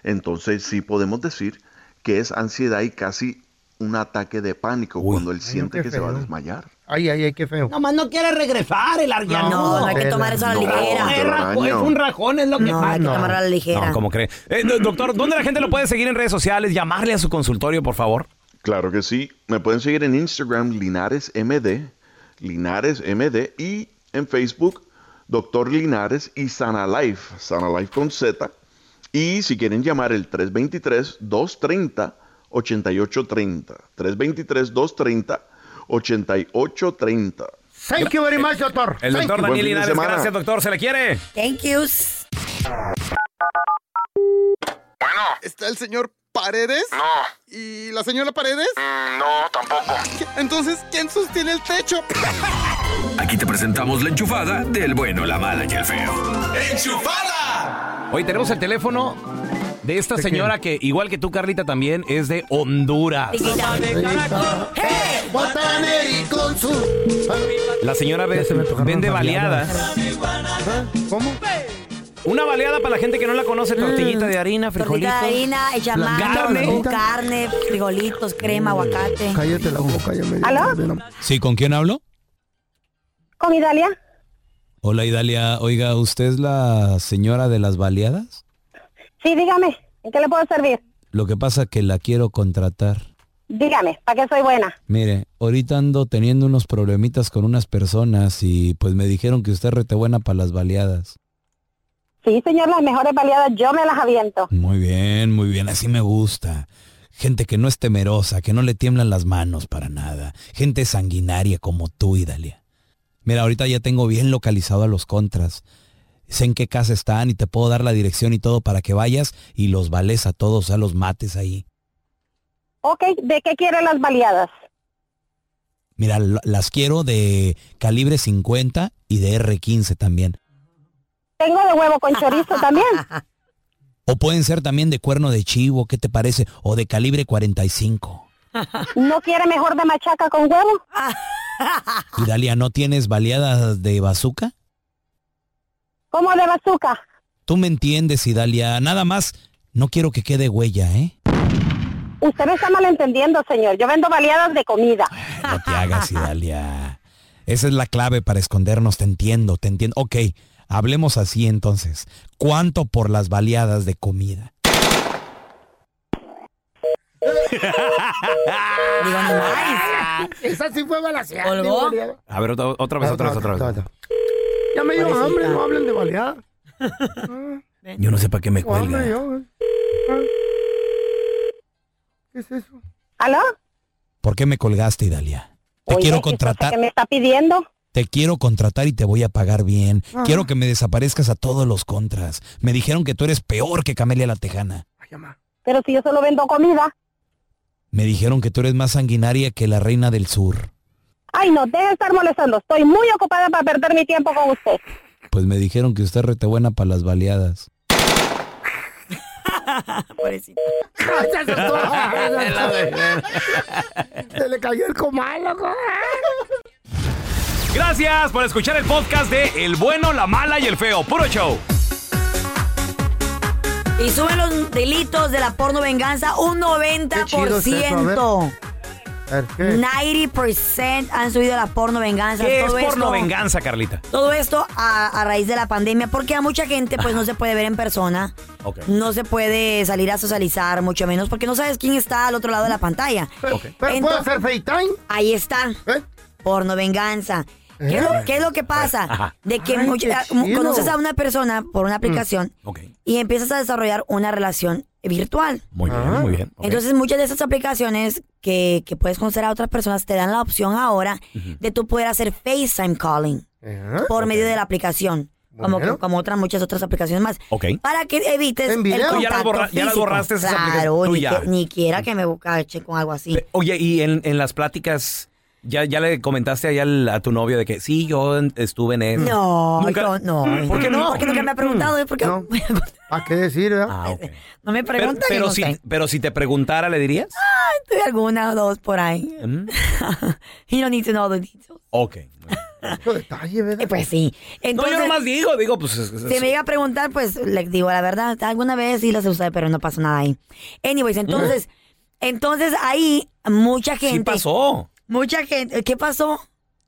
Speaker 11: entonces sí podemos decir que es ansiedad y casi un ataque de pánico
Speaker 13: Uy.
Speaker 11: cuando él siente
Speaker 3: qué
Speaker 11: que se va a
Speaker 3: feo.
Speaker 11: desmayar.
Speaker 3: Ay, ay, ay, qué feo.
Speaker 13: Nomás no quiere regresar el
Speaker 3: No,
Speaker 2: No, no hay que
Speaker 3: Tela.
Speaker 2: tomar eso a la ligera.
Speaker 11: es rajo- es un
Speaker 13: rajón, es lo
Speaker 2: No, hay que
Speaker 3: no.
Speaker 2: tomarlo a la ligera.
Speaker 13: No, como cree. Eh, do- doctor, ¿dónde la gente lo puede seguir en redes sociales? Llamarle a su consultorio, por favor.
Speaker 11: Claro que sí. Me pueden seguir en Instagram, LinaresMD, LinaresMD, y en Facebook, Doctor Linares y Sana Life, Sana Life con Z. Y si quieren llamar el 323-230-8830. 323-230-8830.
Speaker 3: Thank you very much, doctor.
Speaker 13: El
Speaker 3: Thank
Speaker 13: doctor
Speaker 3: you.
Speaker 11: Buen fin de
Speaker 13: Daniel Linares.
Speaker 11: semana.
Speaker 13: Gracias, doctor. Se le quiere.
Speaker 2: Thank yous.
Speaker 4: Bueno,
Speaker 15: ¿Está el señor Paredes?
Speaker 4: no,
Speaker 15: ¿Y la señora Paredes?
Speaker 4: mm, no, tampoco.
Speaker 15: Entonces, ¿quién sostiene el techo?
Speaker 4: Aquí te presentamos la enchufada del bueno, la mala y el feo.
Speaker 13: Hoy tenemos el teléfono de esta señora que, igual que tú, Carlita, también es de Honduras.
Speaker 2: Chiquita.
Speaker 3: Guataneri con su-
Speaker 13: La señora ve-
Speaker 3: Ya se me antojaron
Speaker 13: vende
Speaker 3: las baleadas.
Speaker 13: baleadas.
Speaker 3: ¿Cómo?
Speaker 13: Una baleada para la gente que no la conoce, tortillita de harina, frijolitos.
Speaker 2: Tortita de harina, hecha a
Speaker 13: La
Speaker 2: mano,
Speaker 13: carne.
Speaker 2: con carne, frijolitos, crema, aguacate.
Speaker 3: Cállate la boca, ya me
Speaker 14: ¿Aló?
Speaker 3: de la-
Speaker 1: Sí, ¿con quién hablo?
Speaker 14: ¿Con Idalia?
Speaker 1: Hola, Idalia. Oiga, ¿usted es la señora de las baleadas?
Speaker 14: Sí, dígame, ¿en qué le puedo servir?
Speaker 1: Lo que pasa que la quiero contratar.
Speaker 14: Dígame, ¿para qué soy buena?
Speaker 1: Mire, ahorita ando teniendo unos problemitas con unas personas y pues me dijeron que usted es rete buena para las baleadas.
Speaker 14: Sí, señor, las mejores baleadas yo me las aviento.
Speaker 1: Muy bien, muy bien, así me gusta. Gente que no es temerosa, que no le tiemblan las manos para nada. Gente sanguinaria como tú, Idalia. Mira, ahorita ya tengo bien localizado a los contras. Sé en qué casa están y te puedo dar la dirección y todo para que vayas y los vales a todos, a los mates ahí.
Speaker 14: Ok, ¿de qué quiere las baleadas?
Speaker 1: Mira, lo- las quiero de calibre 50 y de R15 también.
Speaker 14: Tengo de huevo con chorizo también.
Speaker 1: O pueden ser también de cuerno de chivo, ¿qué te parece? O de calibre 45.
Speaker 14: ¿No quiere mejor de machaca con huevo?
Speaker 1: Idalia, ¿no tienes baleadas de bazooka?
Speaker 14: ¿Cómo de bazooka?
Speaker 1: Tú me entiendes, Idalia. Nada más, no quiero que quede huella, ¿eh?
Speaker 14: Usted me está malentendiendo, señor. Yo vendo baleadas de comida.
Speaker 1: Ay, No te hagas, Idalia. Esa es la clave para escondernos, te entiendo, te entiendo. Ok, hablemos así entonces. ¿Cuánto por las baleadas de comida?
Speaker 2: Digo, no más.
Speaker 3: Esa sí fue balaseada.
Speaker 2: ¿Colgó?
Speaker 3: digo,
Speaker 13: A ver, otra, otra vez, otra vez, otra vez.
Speaker 3: Ya me dio
Speaker 2: Pobrecita.
Speaker 3: hambre, no hablen de baleada.
Speaker 13: Yo no sé para qué me
Speaker 3: Tengo hambre
Speaker 13: cuelga.
Speaker 3: yo, güey. Ah. ¿Qué es eso?
Speaker 14: ¿Aló?
Speaker 1: ¿Por qué me colgaste, Idalia?
Speaker 16: Te
Speaker 17: Oiga,
Speaker 16: quiero
Speaker 17: ¿y usted
Speaker 16: contratar.
Speaker 17: ¿Qué me está pidiendo?
Speaker 16: Te quiero contratar y te voy a pagar bien.
Speaker 17: Ah.
Speaker 16: Quiero que me desaparezcas a todos los contras. Me dijeron que tú eres peor que Camelia la Tejana.
Speaker 17: Pero si yo solo vendo comida.
Speaker 16: Me dijeron que tú eres más sanguinaria que la reina del sur.
Speaker 17: Ay, no, deje de estar molestando. Estoy muy ocupada para perder mi tiempo con usted.
Speaker 16: Pues me dijeron que usted es rete buena para las baleadas.
Speaker 2: Pobrecito.
Speaker 3: Se asustó. Se le cayó el comal, loco.
Speaker 1: Gracias por escuchar el podcast de El bueno, la mala y el feo. Puro show.
Speaker 2: Y suben los delitos de la porno venganza un 90%.
Speaker 3: chido es eso, a ver. A ver, ¿qué?
Speaker 2: 90% han subido la porno venganza.
Speaker 1: ¿Qué es
Speaker 2: Todo esto-
Speaker 1: porno venganza, Carlita?
Speaker 2: Todo esto a, a raíz de la pandemia, porque a mucha gente pues no se puede ver en persona,
Speaker 1: Ok.
Speaker 2: no se puede salir a socializar, mucho menos, porque no sabes quién está al otro lado de la pantalla.
Speaker 3: Ok. Pero puedo hacer FaceTime.
Speaker 2: Ahí está.
Speaker 1: ¿Eh?
Speaker 2: Porno venganza. ¿Qué, es lo, qué es lo que pasa?
Speaker 1: Ajá.
Speaker 2: De que
Speaker 3: Ay,
Speaker 2: mucha-
Speaker 3: qué
Speaker 2: ah,
Speaker 3: chido.
Speaker 2: conoces a una persona por una aplicación
Speaker 1: Mm. Ok.
Speaker 2: y empiezas a desarrollar una relación virtual. Ah,
Speaker 1: Muy bien,
Speaker 3: Ah.
Speaker 1: muy bien. ok.
Speaker 2: Entonces muchas de esas aplicaciones que, que puedes conocer a otras personas te dan la opción ahora de tú poder hacer FaceTime calling por medio de la aplicación. Como,
Speaker 1: Bueno.
Speaker 2: como otras muchas otras aplicaciones más.
Speaker 1: Ok.
Speaker 2: Para que evites
Speaker 1: En video.
Speaker 2: el
Speaker 1: Tú
Speaker 2: contacto
Speaker 1: ya las borra- ya las
Speaker 2: físico.
Speaker 1: borraste esas
Speaker 2: Claro,
Speaker 1: aplicaciones. Tú
Speaker 2: ni,
Speaker 1: ya.
Speaker 2: que- ni quiera que me buscache con algo así.
Speaker 1: Oye, y en, en las pláticas, ¿ya, ya le comentaste allá al- a tu novio de que sí, yo en- estuve en eso?
Speaker 2: No,
Speaker 1: Nunca- Mm.
Speaker 2: yo no.
Speaker 1: ¿Por qué no?
Speaker 2: Porque nunca me ha preguntado. ¿eh? Porque no.
Speaker 3: ¿A Ah, qué decir, verdad?
Speaker 2: me
Speaker 1: Ah, Pero,
Speaker 2: preguntan.
Speaker 1: pero
Speaker 2: no
Speaker 1: si,
Speaker 2: sé.
Speaker 1: pero si te preguntara, ¿le dirías?
Speaker 2: Ay, tuve alguna o dos por ahí.
Speaker 1: Mm,
Speaker 2: Y no need to know the details.
Speaker 1: Ok.
Speaker 2: Eh, Pues sí. Entonces,
Speaker 1: no, yo nomás digo, digo, pues... es- es-
Speaker 2: Si me llega a preguntar, pues le digo la verdad. Alguna vez sí las usé, pero no pasó nada ahí. Anyways, entonces, entonces ahí mucha gente.
Speaker 1: Sí pasó.
Speaker 2: Mucha gente. ¿Qué pasó?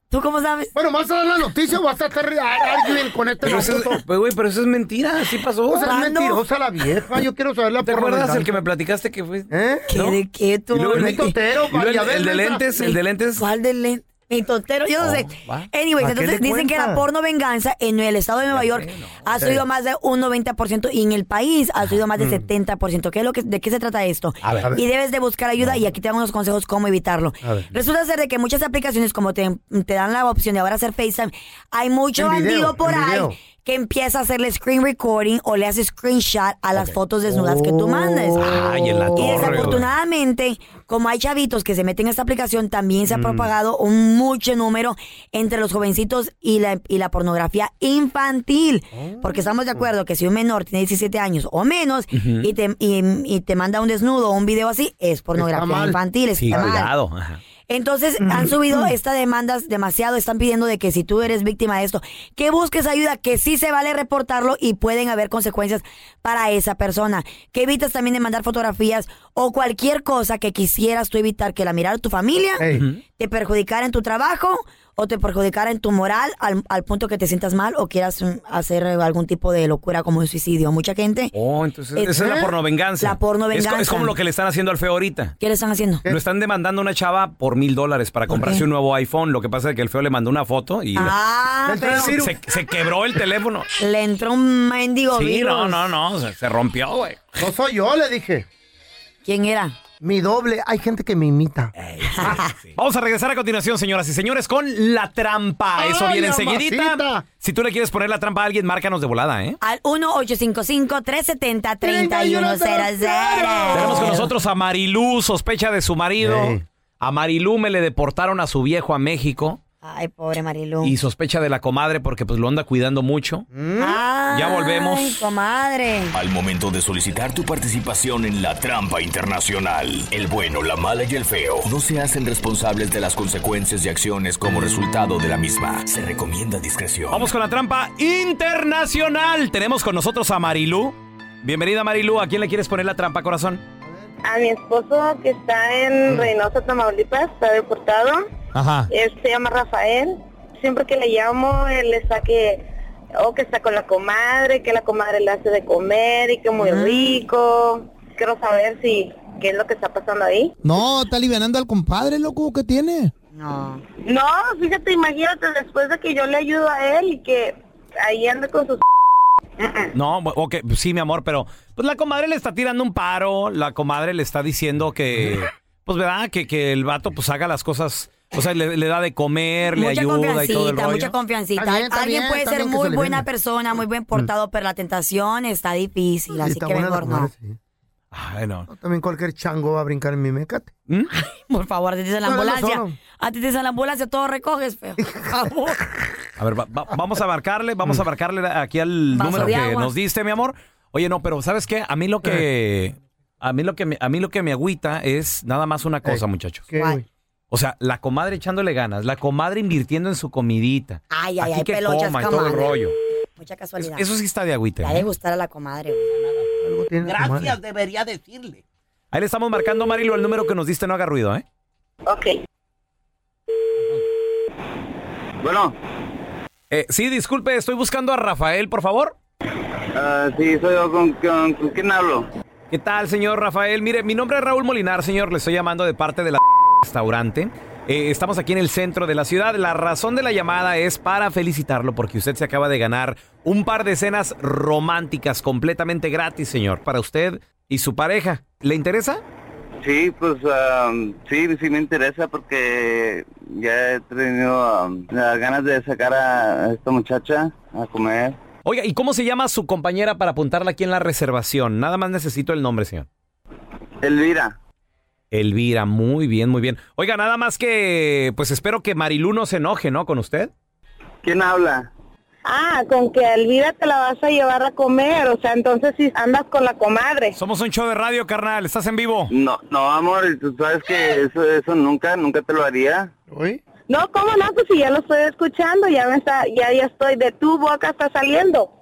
Speaker 2: ¿Tú cómo sabes?
Speaker 3: Bueno, ¿vas a dar la noticia o vas a estar ar- arguing con este
Speaker 1: Pero eso, es,
Speaker 3: baboso?
Speaker 1: pero, Pues, güey, pero eso es mentira, sí pasó.
Speaker 3: O sea,
Speaker 1: Ah,
Speaker 3: es
Speaker 1: no.
Speaker 3: mentirosa la vieja. Yo quiero saber la
Speaker 1: ¿Te
Speaker 3: porno
Speaker 1: acuerdas
Speaker 3: venganza.
Speaker 1: el que me platicaste que fue?
Speaker 3: ¿Eh?
Speaker 2: ¿Qué de qué tú?
Speaker 1: Y luego el Nico Otero,
Speaker 2: Y
Speaker 1: vaya,
Speaker 2: luego
Speaker 1: el de lentes, el de lentes.
Speaker 2: ¿Cuál de lentes? Mi tontero, yo
Speaker 1: Oh,
Speaker 2: no sé.
Speaker 1: va.
Speaker 2: Anyways,
Speaker 1: ¿A qué le
Speaker 2: entonces dicen que la
Speaker 1: cuentas?
Speaker 2: porno venganza en el estado de Nueva York ha
Speaker 1: Sí.
Speaker 2: subido más de un 90% y en el país ha subido más de
Speaker 1: Mm.
Speaker 2: 70%. ¿Qué es lo que, ¿De qué se trata esto?
Speaker 1: A ver. A ver.
Speaker 2: Y debes de buscar ayuda y aquí te dan unos consejos cómo evitarlo.
Speaker 1: A ver.
Speaker 2: Resulta ser de que muchas aplicaciones como te, te dan la opción de ahora hacer FaceTime, hay mucho
Speaker 3: En video,
Speaker 2: bandido por
Speaker 3: en
Speaker 2: ahí
Speaker 3: video.
Speaker 2: que empieza a hacerle screen recording o le hace screenshot a las fotos desnudas que tú mandes.
Speaker 1: Ay, en la
Speaker 2: Y
Speaker 1: torre,
Speaker 2: desafortunadamente, como hay chavitos que se meten a esta aplicación, también
Speaker 1: Mm.
Speaker 2: se ha propagado un mucho número entre los jovencitos y la, y la pornografía infantil. Porque estamos de acuerdo que si un menor tiene 17 años o menos
Speaker 1: Oh. Ujú.
Speaker 2: y, te, y- y te manda un desnudo o un video así, es pornografía
Speaker 1: Está mal.
Speaker 2: infantil. Está
Speaker 1: Sí,
Speaker 2: mal.
Speaker 1: cuidado. ajá.
Speaker 2: Entonces han subido estas demandas demasiado, están pidiendo de que si tú eres víctima de esto, que busques ayuda, que sí se vale reportarlo y pueden haber consecuencias para esa persona. Que evitas también de mandar fotografías o cualquier cosa que quisieras tú evitar que la mirara tu familia,
Speaker 3: Ey.
Speaker 2: te perjudicara en tu trabajo o te perjudicara en tu moral al, al punto que te sientas mal o quieras mm, hacer algún tipo de locura como un suicidio. Mucha gente...
Speaker 1: Oh, entonces
Speaker 2: Eh,
Speaker 1: esa es
Speaker 2: ¿eh?
Speaker 1: la pornovenganza.
Speaker 2: La pornovenganza.
Speaker 1: Es co- Es, como lo que le están haciendo al feo ahorita.
Speaker 2: ¿Qué le están haciendo?
Speaker 1: Lo están demandando a una chava por mil dólares para comprarse
Speaker 2: qué?
Speaker 1: un nuevo iPhone. Lo que pasa es que el feo le mandó una foto y
Speaker 2: Ah,
Speaker 1: le-
Speaker 2: pero-
Speaker 1: se, se quebró el teléfono.
Speaker 2: Le entró un mendigo
Speaker 1: Sí,
Speaker 2: virus.
Speaker 1: no, no, no. Se, se rompió, güey.
Speaker 3: No soy yo, le dije.
Speaker 2: ¿Quién era?
Speaker 3: Mi doble. Hay gente que me imita.
Speaker 1: Vamos a regresar a continuación, señoras y señores, con la trampa. Eso
Speaker 2: Ay,
Speaker 1: viene
Speaker 2: mamacita.
Speaker 1: enseguidita. Si tú le quieres poner la trampa a alguien, márcanos de volada, ¿eh?
Speaker 2: al 1-855-370-3100.
Speaker 1: Tenemos con nosotros a Marilú, sospecha de su marido. A Marilú me le deportaron a su viejo a México
Speaker 2: Ay, pobre Marilu.
Speaker 1: y sospecha de la comadre porque pues lo anda cuidando mucho.
Speaker 2: Mm.
Speaker 1: Ya volvemos.
Speaker 2: Ay, comadre.
Speaker 4: Al momento de solicitar tu participación en la trampa internacional, el bueno, la mala y el feo no se hacen responsables de las consecuencias y acciones como resultado de la misma. Se recomienda discreción.
Speaker 1: Vamos con la trampa internacional. Tenemos con nosotros a Marilú. Bienvenida Marilú, ¿a quién le quieres poner la trampa, corazón?
Speaker 17: A mi esposo que está
Speaker 3: Mm.
Speaker 17: en Reynosa, Tamaulipas, está deportado.
Speaker 1: Ajá.
Speaker 17: Él se llama Rafael. Siempre que le llamo, él está que, oh, que está con la comadre, que la comadre le hace de comer y que muy
Speaker 3: Ah.
Speaker 17: rico. Quiero saber si, qué es lo que está pasando ahí.
Speaker 18: No, está alivianando al compadre, loco, ¿qué tiene?
Speaker 2: No.
Speaker 17: No, fíjate, imagínate, después de que yo le ayudo a él y que ahí anda con sus...
Speaker 1: No, bu- ok, pues sí, mi amor, pero pues la comadre le está tirando un paro, la comadre le está diciendo que, pues verdad, que, que el vato pues haga las cosas O sea, le, le da de comer, le
Speaker 2: mucha
Speaker 1: ayuda y todo el
Speaker 2: confiancita,
Speaker 1: rollo.
Speaker 2: mucha confiancita.
Speaker 3: Está bien, está
Speaker 2: Alguien
Speaker 3: bien,
Speaker 2: puede
Speaker 3: está
Speaker 2: ser
Speaker 3: bien que
Speaker 2: muy
Speaker 3: se le
Speaker 2: buena
Speaker 3: venga.
Speaker 2: persona, muy buen portado,
Speaker 1: Mm.
Speaker 2: pero la tentación está difícil, así
Speaker 3: está
Speaker 2: que
Speaker 3: buena la
Speaker 2: mejor no.
Speaker 3: comadre, sí. También cualquier chango va a brincar en mi mecate.
Speaker 18: ¿Mm?
Speaker 2: Por favor, atentes a la
Speaker 3: No, no, no,
Speaker 2: ambulancia.
Speaker 3: solo.
Speaker 2: Atentes a la ambulancia, todo recoges, feo. Por favor.
Speaker 1: A ver, va- va- vamos a abarcarle, vamos a abarcarle aquí al
Speaker 2: Mm. Vaso
Speaker 1: número
Speaker 2: de
Speaker 1: que
Speaker 2: agua.
Speaker 1: nos diste, mi amor. Oye, no, pero ¿sabes qué? A mí lo que a mí lo que me, a mí lo que me agüita es nada más una cosa, muchachos. O sea, la comadre echándole ganas, la comadre invirtiendo en su comidita.
Speaker 2: Ay, ay,
Speaker 1: aquí
Speaker 2: ay,
Speaker 1: que
Speaker 2: pelochas,
Speaker 1: coma y todo el
Speaker 2: comadre.
Speaker 1: rollo.
Speaker 2: Mucha casualidad.
Speaker 1: Eso sí está de agüite. ¿eh?
Speaker 2: Le ha de gustar a la comadre. güey.
Speaker 1: Gracias,
Speaker 2: debería decirle.
Speaker 1: Ahí le estamos marcando, Marilo, el número que nos diste, no haga ruido, ¿eh?
Speaker 17: Ok.
Speaker 1: Bueno. Eh, sí, disculpe, estoy buscando a Rafael, por favor.
Speaker 13: Ah,
Speaker 1: sí, soy yo. ¿Con, quién hablo? ¿Qué tal, señor Rafael? Mire, mi nombre es Raúl Molinar, señor. Le estoy llamando de parte de la restaurante. Eh, estamos aquí en el centro de la ciudad. La razón de la llamada es para felicitarlo porque usted se acaba de ganar un par de cenas románticas completamente gratis, señor, para usted y su pareja. ¿Le interesa?
Speaker 13: Sí, pues am, sí, sí me interesa porque ya he tenido am, las ganas de sacar a esta muchacha a comer.
Speaker 1: Oiga, ¿y cómo se llama su compañera para apuntarla aquí en la reservación? Nada más necesito el nombre, señor.
Speaker 13: Elvira.
Speaker 1: Elvira, muy bien, muy bien. Oiga, nada más que, pues espero que Marilú no se enoje, ¿no? Con usted.
Speaker 13: ¿Quién habla?
Speaker 17: Ah, con que a Elvira te la vas a llevar a comer, o sea, entonces si andas con la comadre.
Speaker 1: Somos un show de radio, carnal. ¿Estás en vivo?
Speaker 13: No, no, amor, y tú sabes que eso, eso nunca, nunca te lo haría.
Speaker 17: No, ¿cómo no? Pues si ya lo estoy escuchando, ya me está, ya, ya estoy, de tu boca está saliendo.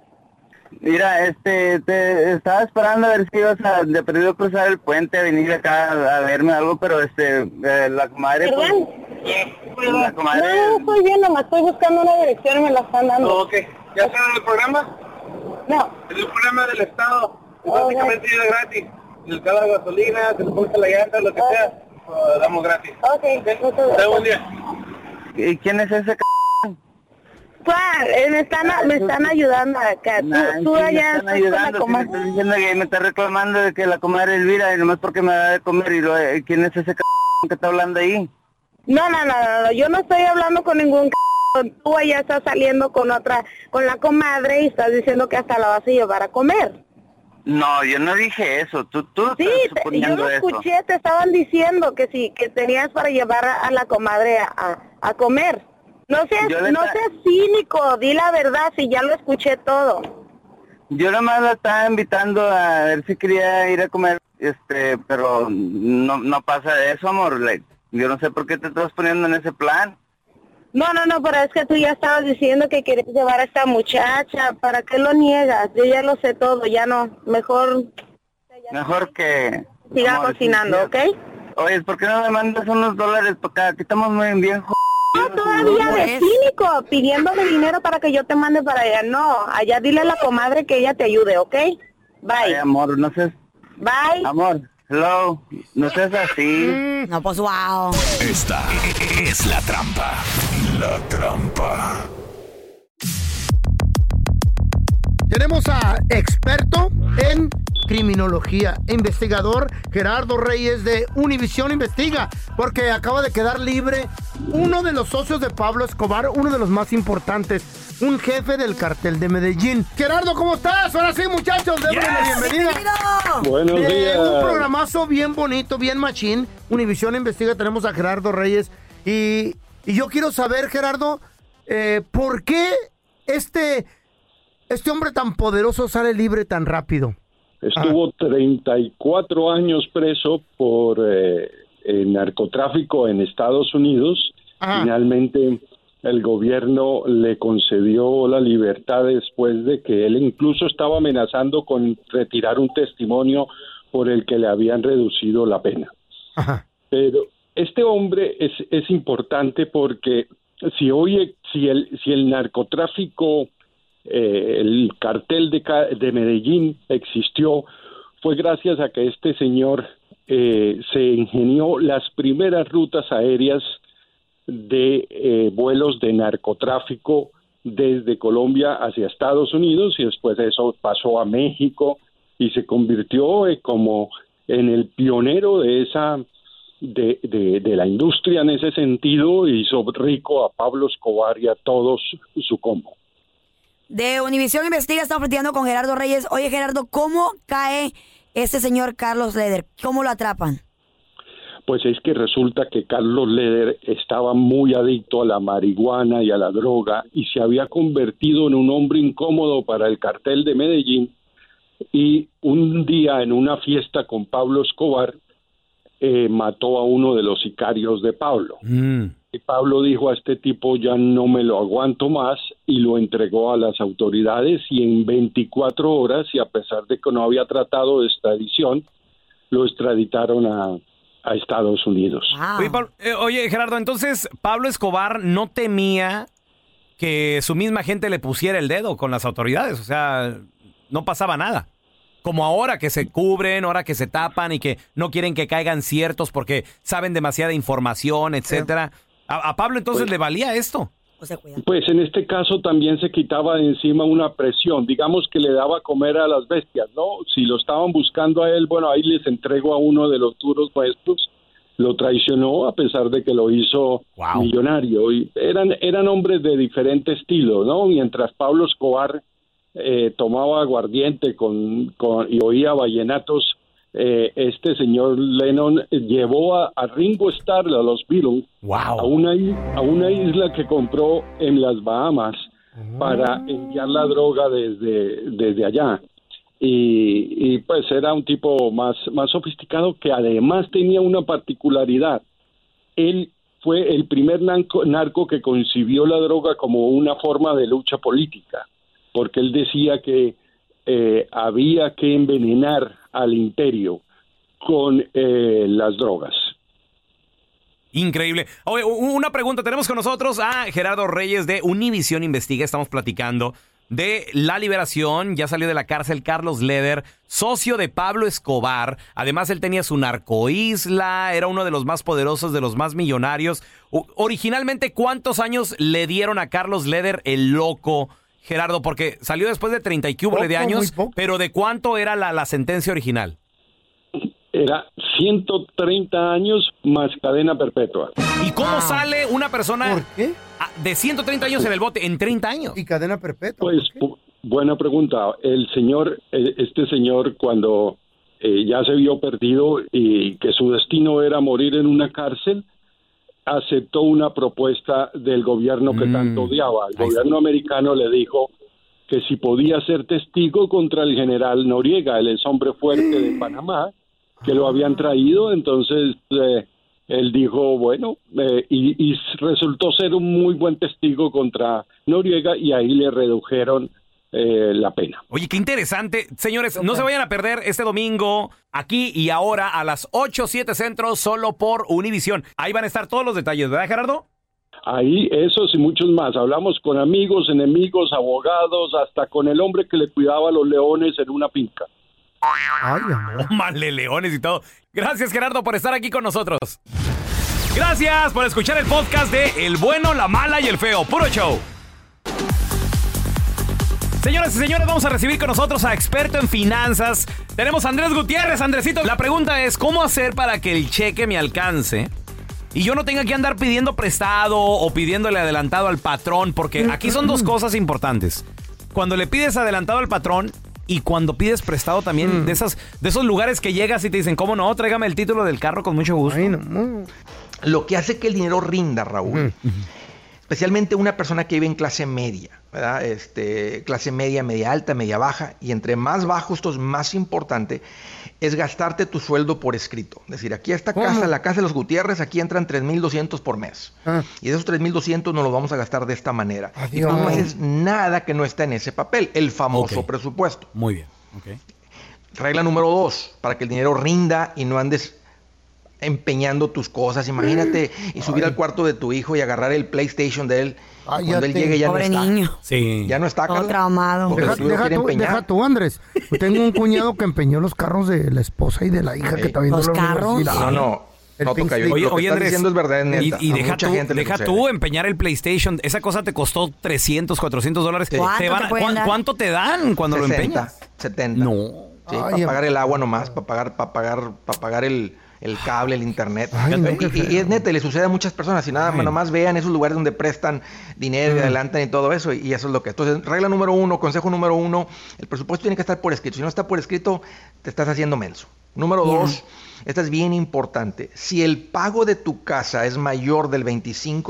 Speaker 13: Mira, este, te estaba esperando a ver si ibas a, de perdido cruzar el puente, a venir acá a, a verme algo, pero este, eh, la comadre... pues, la comadre...
Speaker 17: No, estoy bien, nomás estoy buscando una dirección y me la están dando.
Speaker 13: Ok, ¿ya están en el programa?
Speaker 17: No.
Speaker 13: Es el programa del Estado. Es básicamente ayuda gratis. Se le cae la gasolina, se le pulsa la llanta, lo que sea. lo damos gratis.
Speaker 17: Ok,
Speaker 13: Ten buen día. ¿Y quién es ese c
Speaker 17: Pa, eh, me están,
Speaker 13: Ah,
Speaker 17: me están ayudando acá. Tú, tú
Speaker 13: me
Speaker 17: allá
Speaker 13: están
Speaker 17: estás con la
Speaker 13: ayudando, si me
Speaker 17: comadre.
Speaker 13: estás diciendo que me está reclamando de que la comadre Elvira, y nomás porque me da de comer, y lo, eh, ¿quién es ese c que está hablando ahí?
Speaker 17: No, no, no, no, no, yo no estoy hablando con ningún c... Tú allá estás saliendo con otra, con la comadre y estás diciendo que hasta la vas a llevar a comer.
Speaker 13: No, yo no dije eso, tú, tú
Speaker 17: Sí,
Speaker 13: estás
Speaker 17: te- yo
Speaker 13: suponiendo
Speaker 17: lo
Speaker 13: eso.
Speaker 17: escuché, te estaban diciendo que sí, que tenías para llevar a, a la comadre a, a- a comer. No
Speaker 13: Yo
Speaker 17: seas,
Speaker 13: le
Speaker 17: no
Speaker 13: está-
Speaker 17: seas cínico, di la verdad, si ya lo escuché todo.
Speaker 13: Yo nomás la estaba invitando a ver si quería ir a comer, este, pero no, no pasa de eso, amor. like, yo no sé por qué te estás poniendo en ese plan.
Speaker 17: No, no, no, pero es que tú ya estabas diciendo que querías llevar a esta muchacha, ¿para qué lo niegas? Yo ya lo sé todo, ya no, mejor
Speaker 13: Mejor que...
Speaker 17: siga
Speaker 13: amor,
Speaker 17: cocinando,
Speaker 13: sí,
Speaker 17: ¿ok?
Speaker 13: Oye, ¿por qué no me mandas unos dólares para acá? Aquí estamos muy bien, jo-
Speaker 17: No, todavía de
Speaker 13: pues.
Speaker 17: cínico, pidiéndome dinero para que yo te mande para allá. No, allá dile a la comadre que ella te ayude, ¿ok?
Speaker 13: Ay,
Speaker 17: Bye,
Speaker 13: amor, no seas...
Speaker 17: bye.
Speaker 13: Amor, hello, no seas así.
Speaker 2: No, pues wow.
Speaker 4: Esta es la trampa. La trampa.
Speaker 3: Tenemos a experto en criminología, investigador Gerardo Reyes de Univisión Investiga, porque acaba de quedar libre uno de los socios de Pablo Escobar, uno de los más importantes, un jefe del cartel de Medellín. Gerardo, ¿cómo estás? Ahora sí, muchachos, démosle la
Speaker 12: Yes.
Speaker 3: bienvenida.
Speaker 12: Buenos
Speaker 3: Eh,
Speaker 12: días.
Speaker 3: Un programazo bien bonito, bien machín. Univisión Investiga, tenemos a Gerardo Reyes. Y, y yo quiero saber, Gerardo, eh, ¿por qué este este hombre tan poderoso sale libre tan rápido.
Speaker 19: Estuvo 34 años preso por eh, eh, narcotráfico en Estados Unidos. Finalmente el gobierno le concedió la libertad después de que él incluso estaba amenazando con retirar un testimonio por el que le habían reducido la pena. Pero este hombre es, es importante porque si hoy si el si el narcotráfico eh, el cartel de, Ca- de Medellín existió fue gracias a que este señor eh, se ingenió las primeras rutas aéreas de eh, vuelos de narcotráfico desde Colombia hacia Estados Unidos y después de eso pasó a México y se convirtió eh, como en el pionero de esa de, de- de la industria en ese sentido hizo rico a Pablo Escobar y a todos su combo.
Speaker 2: De Univisión Investiga estamos platicando con Gerardo Reyes. Oye, Gerardo, ¿cómo cae este señor Carlos Leder? ¿Cómo lo atrapan?
Speaker 19: Pues es que resulta que Carlos Leder estaba muy adicto a la marihuana y a la droga y se había convertido en un hombre incómodo para el cartel de Medellín. Y un día en una fiesta con Pablo Escobar eh, mató a uno de los sicarios de Pablo. Y Pablo dijo a este tipo ya no me lo aguanto más y lo entregó a las autoridades y en 24 horas y a pesar de que no había tratado de extradición, lo extraditaron a, a Estados Unidos.
Speaker 1: Oye, Pablo- eh, oye, Gerardo, entonces Pablo Escobar no temía que su misma gente le pusiera el dedo con las autoridades, o sea, no pasaba nada. Como ahora que se cubren, ahora que se tapan y que no quieren que caigan ciertos porque saben demasiada información, etcétera. A, a Pablo entonces le valía esto.
Speaker 19: Pues en este caso también se quitaba de encima una presión, digamos que le daba comer a las bestias, ¿no? Si lo estaban buscando a él, bueno, ahí les entrego a uno de los duros nuestros, lo traicionó a pesar de que lo hizo millonario. Y eran, eran hombres de diferente estilo, ¿no? Mientras Pablo Escobar eh, tomaba aguardiente con, con- y oía vallenatos, eh, este señor Lennon llevó a, a Ringo Starr, a los Beatles, a, una, is- a una isla que compró en las Bahamas para enviar la droga desde, desde allá. Y, y, pues era un tipo más, más sofisticado que además tenía una particularidad. Él fue el primer narco, narco que concibió la droga como una forma de lucha política, porque él decía que eh, había que envenenar al imperio con eh, las drogas.
Speaker 1: Increíble. Oye, u- una pregunta. Tenemos con nosotros a Gerardo Reyes de Univisión Investiga. Estamos platicando de la liberación. Ya salió de la cárcel Carlos Leder, socio de Pablo Escobar. Además, él tenía su narcoisla. Era uno de los más poderosos, de los más millonarios. O- originalmente, ¿cuántos años le dieron a Carlos Leder el loco? Gerardo, porque salió después de 30 y cubo de
Speaker 19: Poco, muy
Speaker 1: años, pero ¿de cuánto era la, la sentencia original?
Speaker 19: Era 130 años más cadena perpetua.
Speaker 1: ¿Y cómo sale una persona a- de 130 años en el bote en 30 años?
Speaker 3: Y cadena perpetua.
Speaker 19: Pues bu- buena pregunta. El señor, eh, este señor cuando eh, ya se vio perdido y que su destino era morir en una cárcel, aceptó una propuesta del gobierno que tanto odiaba. El gobierno americano le dijo que si podía ser testigo contra el general Noriega, el ex hombre fuerte de Panamá, que lo habían traído, entonces eh, él dijo, bueno, eh, y, y resultó ser un muy buen testigo contra Noriega y ahí le redujeron eh, la pena.
Speaker 1: Oye, qué interesante. Señores, no se vayan a perder este domingo, aquí y ahora, a las 8, 7 centros, solo por Univisión. Ahí van a estar todos los detalles, ¿verdad, Gerardo?
Speaker 19: Ahí esos y muchos más. Hablamos con amigos, enemigos, abogados, hasta con el hombre que le cuidaba a los leones en una pinca.
Speaker 1: Oh, Male leones y todo. Gracias, Gerardo, por estar aquí con nosotros. Gracias por escuchar el podcast de El Bueno, la Mala y el Feo. Puro show. Señoras y señores, vamos a recibir con nosotros a experto en finanzas. Tenemos a Andrés Gutiérrez. Andresito, la pregunta es, ¿cómo hacer para que el cheque me alcance? Y yo no tenga que andar pidiendo prestado o pidiéndole adelantado al patrón, porque aquí son dos cosas importantes. Cuando le pides adelantado al patrón y cuando pides prestado también de, esas, de esos lugares que llegas y te dicen, ¿cómo no? Tráigame el título del carro con mucho gusto.
Speaker 20: Lo que hace que el dinero rinda, Raúl, especialmente una persona que vive en clase media, ¿verdad? Este, clase media, media alta, media baja, y entre más bajo, esto es más importante, es gastarte tu sueldo por escrito. Es decir, aquí esta casa, la casa de los Gutiérrez, aquí entran 3.200 por mes. Y de esos 3.200 nos los vamos a gastar de esta manera. Y tú no
Speaker 21: Adiós.
Speaker 20: haces nada que no está en ese papel, el famoso presupuesto.
Speaker 1: Muy bien.
Speaker 20: Regla número dos, para que el dinero rinda y no andes empeñando tus cosas. Imagínate y subir al cuarto de tu hijo y agarrar el PlayStation de él. Cuando él
Speaker 3: Cállate.
Speaker 20: llegue ya
Speaker 3: Pobre
Speaker 20: no está.
Speaker 3: niño.
Speaker 1: Sí.
Speaker 20: Ya no está,
Speaker 2: Todo
Speaker 20: Carla.
Speaker 2: traumado.
Speaker 20: Porque
Speaker 3: Deja,
Speaker 20: tú lo
Speaker 3: deja
Speaker 20: quieres
Speaker 3: tú,
Speaker 20: empeñar.
Speaker 3: deja tú, Andrés. Yo Tengo un cuñado que empeñó los carros de la esposa y de la hija que está viendo la universidad.
Speaker 20: No, no.
Speaker 3: El
Speaker 20: No,
Speaker 3: pink
Speaker 20: toca yo.
Speaker 3: slip.
Speaker 20: Lo que estás diciendo es verdad, es
Speaker 1: y,
Speaker 20: neta.
Speaker 1: y
Speaker 20: A
Speaker 1: deja,
Speaker 20: mucha
Speaker 1: tú,
Speaker 20: gente le
Speaker 1: deja
Speaker 20: sucede.
Speaker 1: tú empeñar el PlayStation. Esa cosa te costó 300, 400 dólares.
Speaker 20: ¿Cuánto
Speaker 1: Te van a-
Speaker 20: te pueden
Speaker 1: cuán-
Speaker 20: dar?
Speaker 1: ¿Cuánto te dan cuando lo
Speaker 20: 60,
Speaker 1: empeñas?
Speaker 20: 70.
Speaker 1: No.
Speaker 20: Sí,
Speaker 1: Ay,
Speaker 20: para
Speaker 1: em-
Speaker 20: pagar el agua nomás, para pagar, para pagar, para pagar el, el cable, el internet.
Speaker 3: Ay, no, qué
Speaker 20: y, y- y es neta, y le sucede a muchas personas. Y nada,
Speaker 3: Ay.
Speaker 20: nomás vean esos lugares donde prestan dinero y
Speaker 3: Mm.
Speaker 20: adelantan y todo eso. Y eso es lo que. Entonces, regla número uno, consejo número uno: el presupuesto tiene que estar por escrito. Si no está por escrito, te estás haciendo menso. Número
Speaker 21: Ya.
Speaker 20: dos, esta es bien importante. Si el pago de tu casa es mayor del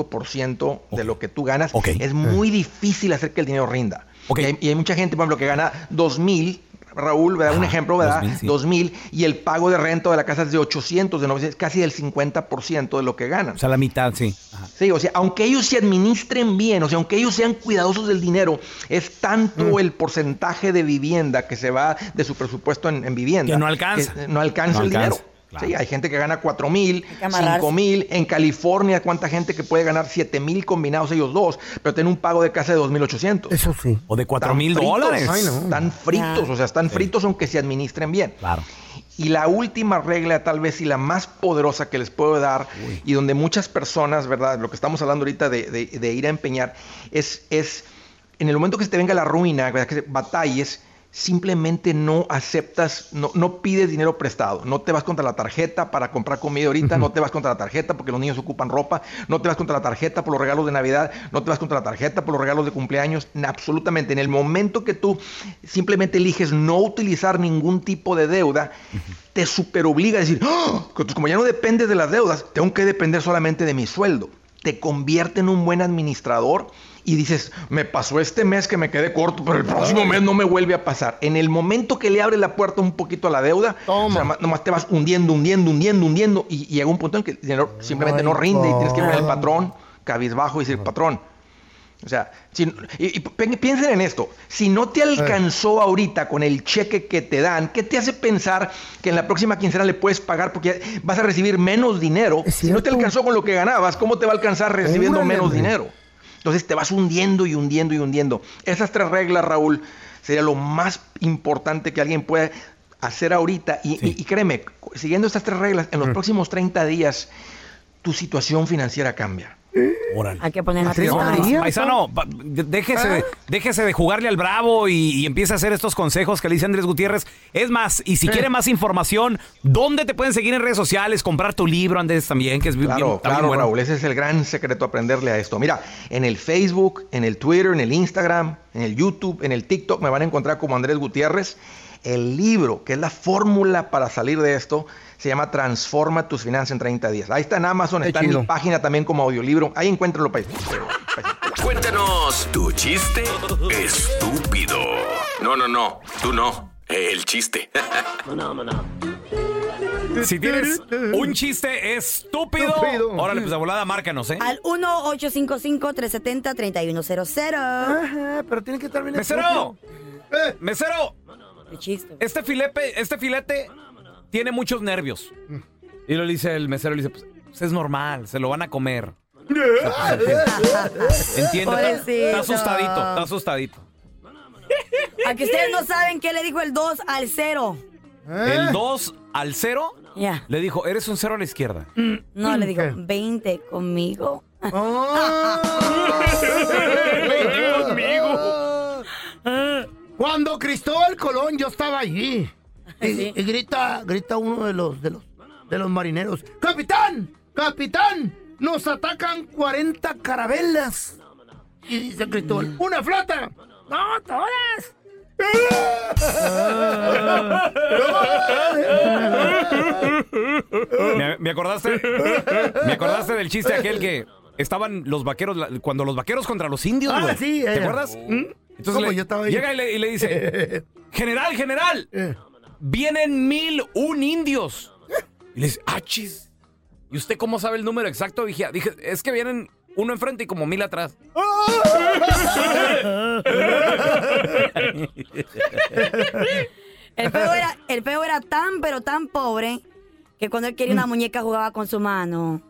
Speaker 20: 25% de lo que tú ganas, es
Speaker 1: Mm.
Speaker 20: muy difícil hacer que el dinero rinda. Y, hay, y hay mucha gente, por ejemplo, que gana 2000, Raúl, ¿verdad? Un ejemplo, ¿verdad?
Speaker 21: 2000, sí.
Speaker 20: 2000 y el pago de renta de la casa es de 800, de 900, casi del 50% de lo que ganan.
Speaker 1: O sea, la mitad, sí. Ajá.
Speaker 20: Sí, o sea, aunque ellos se administren bien, o sea, aunque ellos sean cuidadosos del dinero, es tanto
Speaker 1: Mm.
Speaker 20: el porcentaje de vivienda que se va de su presupuesto en, en vivienda.
Speaker 1: Que no alcanza.
Speaker 20: que no alcanza
Speaker 1: No
Speaker 20: el
Speaker 1: alcanza,
Speaker 20: dinero. Sí, hay gente que gana 4 mil,
Speaker 1: que amarrarse.
Speaker 20: 5 mil. En California, ¿cuánta gente que puede ganar 7 mil combinados ellos dos? Pero tiene un pago de casa de 2.800.
Speaker 3: Eso sí.
Speaker 1: O de 4
Speaker 20: Están
Speaker 1: mil
Speaker 20: fritos,
Speaker 1: dólares.
Speaker 20: Están fritos, o sea, están fritos aunque se administren bien.
Speaker 1: Claro.
Speaker 20: Y la última regla, tal vez, y la más poderosa que les puedo dar, y donde muchas personas, ¿verdad? Lo que estamos hablando ahorita de, de- de ir a empeñar, es, es en el momento que se te venga la ruina, ¿verdad? que batalles, simplemente no aceptas, no, no pides dinero prestado. No te vas contra la tarjeta para comprar comida ahorita, no te vas contra la tarjeta porque los niños ocupan ropa, no te vas contra la tarjeta por los regalos de Navidad, no te vas contra la tarjeta por los regalos de cumpleaños, n- absolutamente. En el momento que tú simplemente eliges no utilizar ningún tipo de deuda, te superobliga a decir, "Ah, Entonces, como ya no dependes de las deudas, tengo que depender solamente de mi sueldo. Te convierte en un buen administrador y dices, me pasó este mes que me quedé corto, pero el próximo mes no me vuelve a pasar. En el momento que le abre la puerta un poquito a la deuda, o sea, nomás, nomás te vas hundiendo, hundiendo, hundiendo, hundiendo y, y llega un punto en que el dinero simplemente no rinde y tienes que ver al patrón cabizbajo y decir, patrón, o sea, si- y, y pi- piensen en esto. Si no te alcanzó ahorita con el cheque que te dan, ¿qué te hace pensar que en la próxima quincena le puedes pagar porque vas a recibir menos dinero? Si no te alcanzó con lo que ganabas, ¿cómo te va a alcanzar recibiendo
Speaker 3: Órale,
Speaker 20: menos
Speaker 3: hombre.
Speaker 20: dinero? Entonces te vas hundiendo y hundiendo y hundiendo. Esas tres reglas, Raúl, sería lo más importante que alguien pueda hacer ahorita. Y, y- y créeme, siguiendo estas tres reglas, en los próximos 30 días tu situación financiera cambia.
Speaker 1: Órale.
Speaker 2: Hay que poner
Speaker 1: No,
Speaker 2: atención.
Speaker 1: no, paisano, pa- de- déjese,
Speaker 3: ¿Eh?
Speaker 1: de- déjese de jugarle al bravo y, y empiece a hacer estos consejos que le dice Andrés Gutiérrez. Es más, y si
Speaker 20: Sí.
Speaker 1: quiere más información, ¿dónde te pueden seguir en redes sociales? Comprar tu libro, Andrés, también, que es bien-
Speaker 20: Claro,
Speaker 1: está bien
Speaker 20: claro,
Speaker 1: bueno.
Speaker 20: Raúl, ese es el gran secreto aprenderle a esto. Mira, en el Facebook, en el Twitter, en el Instagram, en el YouTube, en el TikTok me van a encontrar como Andrés Gutiérrez. El libro, que es la fórmula para salir de esto, se llama Transforma tus finanzas en 30 días. Ahí está en Amazon,
Speaker 21: Qué
Speaker 20: está en
Speaker 21: chido.
Speaker 20: mi página también como audiolibro. Ahí encuéntralo, país.
Speaker 4: Cuéntanos tu chiste estúpido. No, no, no, tú no. El chiste.
Speaker 1: Si tienes un chiste estúpido, órale, pues a volada, márcanos, ¿eh?
Speaker 2: Al 1-855-370-3100.
Speaker 3: Pero tiene que estar bien.
Speaker 1: ¡Mesero! Eh. ¡Mesero!
Speaker 2: chiste.
Speaker 1: Este filete, este filete tiene muchos nervios. Y lo dice el mesero, le dice, pues, pues, es normal, se lo van a comer. Entiende, está- está
Speaker 2: Pobrecito.
Speaker 1: asustadito, está asustadito.
Speaker 2: A que ustedes no saben qué le dijo el 2 al 0.
Speaker 1: ¿Eh?
Speaker 2: Eh.
Speaker 1: El 2 al 0
Speaker 2: Ya.
Speaker 1: le dijo, eres un 0 a la izquierda.
Speaker 2: No, le dijo, 20 conmigo.
Speaker 3: Oh. Cuando Cristóbal Colón, yo estaba allí. Y, y grita, grita uno de los, de los, de los marineros. ¡Capitán! ¡Capitán! Nos atacan 40 carabelas. Y dice Cristóbal, ¡una flota! ¡No, todas!
Speaker 1: Ah. ¿Me, me acordaste? ¿Me acordaste del chiste aquel que estaban los vaqueros, la- cuando los vaqueros contra los indios,
Speaker 3: Ah,
Speaker 1: güey?
Speaker 3: sí,
Speaker 1: ¿Te
Speaker 10: eh.
Speaker 3: era.
Speaker 1: acuerdas? Entonces
Speaker 3: ¿Cómo?
Speaker 1: le-
Speaker 3: Yo estaba ahí. Eh.
Speaker 1: llega y le, y le dice, general, general, vienen mil un indios. Y le dice, achis. ¿Y usted cómo sabe el número exacto, vigía? Dije, es que vienen uno enfrente y como mil atrás.
Speaker 3: ¡Oh!
Speaker 2: El feo, era, el feo era tan, pero tan pobre que cuando él
Speaker 3: Mm.
Speaker 2: quería una muñeca jugaba con su mano.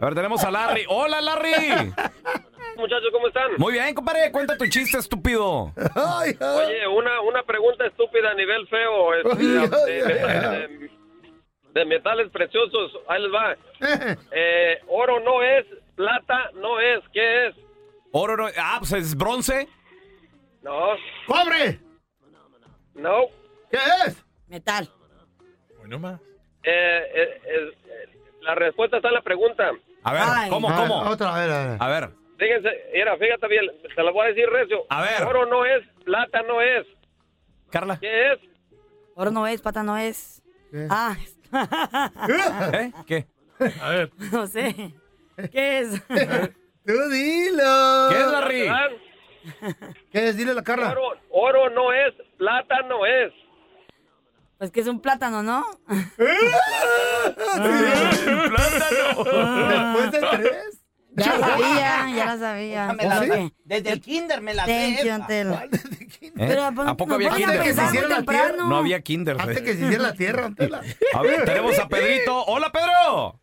Speaker 1: A ver, tenemos a Larry. ¡Hola, Larry!
Speaker 22: Muchachos, ¿cómo están?
Speaker 1: Muy bien, compadre, cuenta tu chiste, estúpido.
Speaker 3: ah.
Speaker 22: Oye, una, una pregunta estúpida a nivel feo. este, de, de- de metales preciosos. Ahí les va. Eh, oro no es, plata no es. ¿Qué es?
Speaker 1: Oro no. Ah, pues es bronce.
Speaker 22: No.
Speaker 3: ¡Cobre!
Speaker 22: No.
Speaker 3: ¿Qué es?
Speaker 2: Metal.
Speaker 22: Bueno, más. Eh, la respuesta está en la pregunta.
Speaker 1: A ver,
Speaker 22: Ay.
Speaker 1: ¿cómo,
Speaker 22: A ver,
Speaker 1: cómo?
Speaker 3: otra, a ver, a ver.
Speaker 1: A ver.
Speaker 22: Fíjense, mira, fíjate bien, te la voy a decir recio.
Speaker 1: A ver.
Speaker 22: Oro no es, plata no es.
Speaker 1: Carla.
Speaker 22: ¿Qué es?
Speaker 2: Oro no es, pata no es. Ah.
Speaker 1: ¿Eh? ¿Qué? A ver.
Speaker 2: No sé. ¿Qué es?
Speaker 3: Tú dilo.
Speaker 1: ¿Qué es, Larry?
Speaker 3: ¿Qué es? Dile a la Carla.
Speaker 22: Oro, oro no es, plata no es.
Speaker 2: Pues que es un plátano, ¿no?
Speaker 21: Ah.
Speaker 3: Después de tres.
Speaker 2: Ya la sabía, ya la sabía. Pues
Speaker 21: Me Ah. la- Desde el kinder me la sé.
Speaker 2: Thank you,
Speaker 21: esa.
Speaker 2: Antelo.
Speaker 1: ¿Eh?
Speaker 2: Pero, pues,
Speaker 1: ¿A poco
Speaker 2: nos
Speaker 1: había
Speaker 2: ponen a
Speaker 1: kinder?
Speaker 2: pensar muy temprano.
Speaker 1: No había kinder.
Speaker 3: Antes que se hiciera la tierra, antes la...
Speaker 1: A ver, tenemos a Pedrito. ¡Hola, Pedro!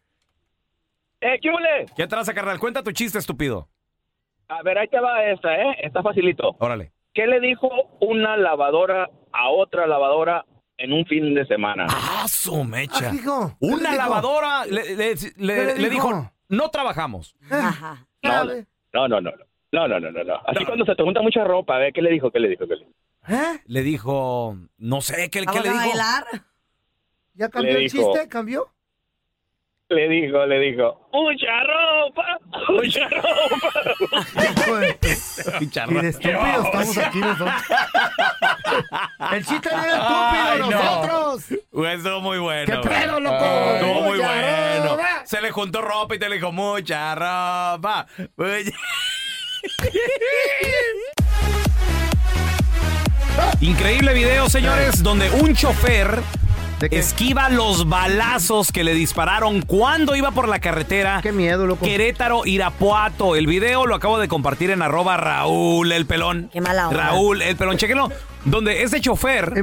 Speaker 23: ¡Eh, qué hule!
Speaker 1: ¿Qué traza, carnal? Cuenta tu chiste, estúpido.
Speaker 23: A ver, ahí te va esta, ¿eh? Está facilito.
Speaker 1: Órale.
Speaker 23: ¿Qué le dijo una lavadora a otra lavadora en un fin de semana?
Speaker 1: ¡Ah, su mecha!
Speaker 23: Ah, hijo, ¿qué
Speaker 1: Una
Speaker 23: le dijo?
Speaker 1: lavadora le, le- le-
Speaker 23: ¿Qué le
Speaker 1: le dijo,
Speaker 23: dijo?
Speaker 1: no trabajamos.
Speaker 23: No, no, no, no. No, no, no, no. no. Así cuando se te junta mucha ropa, a ver, ¿qué le dijo? ¿Qué le dijo? ¿Qué le dijo?
Speaker 1: Le dijo, no sé, ¿qué, qué le
Speaker 2: ¿Vamos a
Speaker 1: dijo?
Speaker 2: bailar?
Speaker 3: ¿Ya cambió
Speaker 23: Le
Speaker 3: el
Speaker 23: dijo-
Speaker 3: chiste? ¿Cambió?
Speaker 23: Le dijo, le dijo, ¡mucha ropa! ¡mucha ropa!
Speaker 1: Picharra.
Speaker 3: Estúpidos estamos aquí nosotros. El chiste no era
Speaker 1: Ay,
Speaker 3: estúpido,
Speaker 1: no.
Speaker 3: nosotros.
Speaker 1: Güey, Estuvo muy bueno.
Speaker 3: ¿Qué
Speaker 1: güey.
Speaker 3: pedo, loco?
Speaker 1: Ay, Estuvo muy
Speaker 3: Mucha
Speaker 1: bueno.
Speaker 3: ropa.
Speaker 1: Se le juntó ropa y te le dijo, mucha ropa. Mucha- Increíble video, señores, donde un chofer esquiva los balazos que le dispararon cuando iba por la carretera. Qué miedo, loco. Querétaro, Irapuato. El video lo acabo de compartir en arroba Raúl el pelón. Qué
Speaker 2: mala onda.
Speaker 1: Raúl el pelón, chéquenlo. Donde ese chofer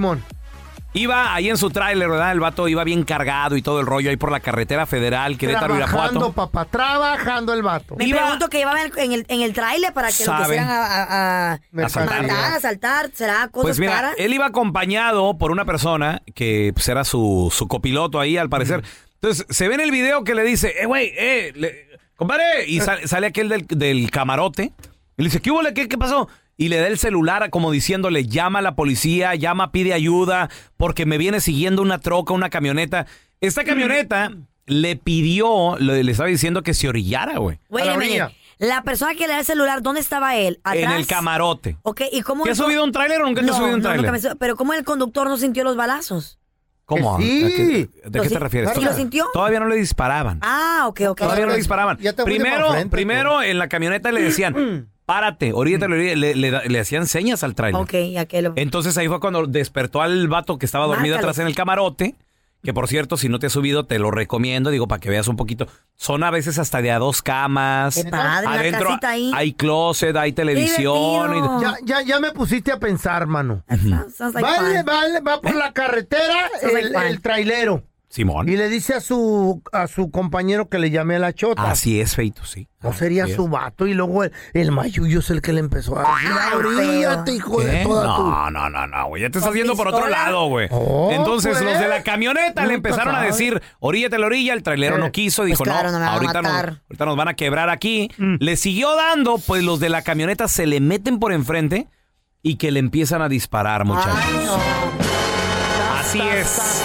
Speaker 1: iba ahí en su tráiler, ¿verdad? El vato iba bien cargado y todo el rollo ahí por la carretera federal, Querétaro,
Speaker 3: Trabajando,
Speaker 1: Irapuato.
Speaker 3: papá, trabajando el vato.
Speaker 2: Me pregunto que llevaba en el, en el, en el tráiler para que lo
Speaker 1: Saben.
Speaker 2: quisieran a, a, a
Speaker 1: Asaltar.
Speaker 2: matar, asaltar. ¿Será cosas
Speaker 1: Pues mira,
Speaker 2: caras?
Speaker 1: él iba acompañado por una persona que pues, era su, su copiloto ahí, al parecer. Entonces, se ve en el video que le dice, eh, güey, eh, le- compadre, y sale, sale aquel del, del camarote. Y le dice, ¿qué hubo? le? ¿Qué, ¿Qué pasó? Y le da el celular como diciéndole, llama a la policía, llama, pide ayuda, porque me viene siguiendo una troca, una camioneta. Esta camioneta le pidió, le, le estaba diciendo que se orillara, güey.
Speaker 2: Wait a minute. La persona que le da el celular, ¿dónde estaba él? ¿Atrás?
Speaker 1: En el camarote.
Speaker 2: Ok, ¿y cómo
Speaker 1: ¿Te has
Speaker 2: el con-
Speaker 1: subido a un tráiler o nunca te has
Speaker 2: No,
Speaker 1: subido a un
Speaker 2: no, nunca
Speaker 1: tráiler?
Speaker 2: me he subido. Pero ¿cómo el conductor no sintió los balazos?
Speaker 1: ¿Cómo?
Speaker 2: Que sí.
Speaker 1: ¿De qué, de
Speaker 2: ¿Lo
Speaker 1: qué
Speaker 2: si-
Speaker 1: te refieres?
Speaker 2: sí lo sintió?
Speaker 1: Todavía no le disparaban.
Speaker 2: Ah, ok, ok.
Speaker 1: Todavía no le disparaban. Primero, primero
Speaker 2: pues.
Speaker 1: en la camioneta le decían, párate, orígate, le, le- le- le hacían señas al tráiler.
Speaker 2: Mm. Ok, ya que lo...
Speaker 1: Entonces ahí fue cuando despertó al vato que estaba dormido
Speaker 2: Mátalo.
Speaker 1: atrás en el camarote. Que por cierto, si no te has subido, te lo recomiendo, digo, para que veas un poquito. Son a veces hasta de a dos camas.
Speaker 2: Qué padre, la
Speaker 1: Adentro
Speaker 2: casita ahí.
Speaker 1: hay closet, hay televisión. y-
Speaker 3: Ya, ya, ya me pusiste a pensar, mano.
Speaker 2: Sounds like
Speaker 3: Vale,
Speaker 2: fun.
Speaker 3: vale, va por la carretera
Speaker 2: Sounds like
Speaker 3: el,
Speaker 2: fun.
Speaker 3: el trailero.
Speaker 1: Simón.
Speaker 3: Y le dice a su, a su compañero que le llame a la chota.
Speaker 1: Así es, Feito, sí.
Speaker 3: No sería
Speaker 1: Así es.
Speaker 3: su vato y luego el, el mayuyo es el que le empezó a decir,
Speaker 1: Ah,
Speaker 3: "Abríate, este hijo de
Speaker 1: ¿Qué?
Speaker 3: toda tu-".
Speaker 1: No, no, no, no, güey. Ya te estás
Speaker 3: ¿Con
Speaker 1: yendo por otro
Speaker 3: pistola?
Speaker 1: lado, güey. Entonces,
Speaker 3: pues.
Speaker 1: los de la camioneta le
Speaker 3: Nunca
Speaker 1: empezaron a
Speaker 3: sabe.
Speaker 1: decir, oríllate a la orilla, el trailero
Speaker 3: Eh.
Speaker 1: no quiso,
Speaker 3: Pues
Speaker 1: dijo,
Speaker 3: claro,
Speaker 1: no,
Speaker 3: no me van a
Speaker 1: ahorita, nos,
Speaker 3: matar". Mm.
Speaker 1: ahorita nos van a quebrar aquí. Le siguió dando, pues los de la camioneta se le meten por enfrente y que le empiezan a disparar, muchachos. Así es.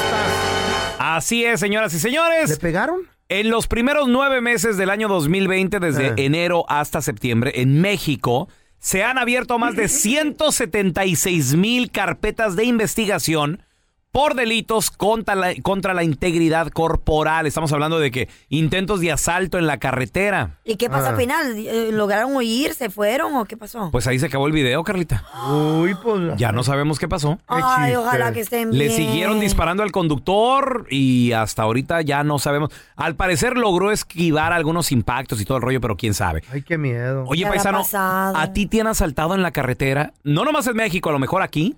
Speaker 1: Así es, señoras y señores. ¿Le
Speaker 3: pegaron?
Speaker 1: En los primeros nueve meses del año 2020, desde
Speaker 3: Eh.
Speaker 1: enero hasta septiembre, en México, se han abierto más de 176 mil carpetas de investigación por delitos contra la, contra la integridad corporal. Estamos hablando de que intentos de asalto en la carretera.
Speaker 2: ¿Y qué
Speaker 3: Ah.
Speaker 2: pasó al final? Eh, ¿Lograron huir? ¿Se fueron o qué pasó?
Speaker 1: Pues ahí se acabó el video, Carlita.
Speaker 3: Uy, pues.
Speaker 1: Ya no sabemos qué pasó.
Speaker 2: Ay, ojalá que estén bien.
Speaker 1: Le siguieron disparando al conductor y hasta ahorita ya no sabemos. Al parecer logró esquivar algunos impactos y todo el rollo, pero quién sabe.
Speaker 3: Ay, qué miedo.
Speaker 1: Oye, paisano, ¿a ti te han asaltado en la carretera? No nomás en México, a lo mejor aquí.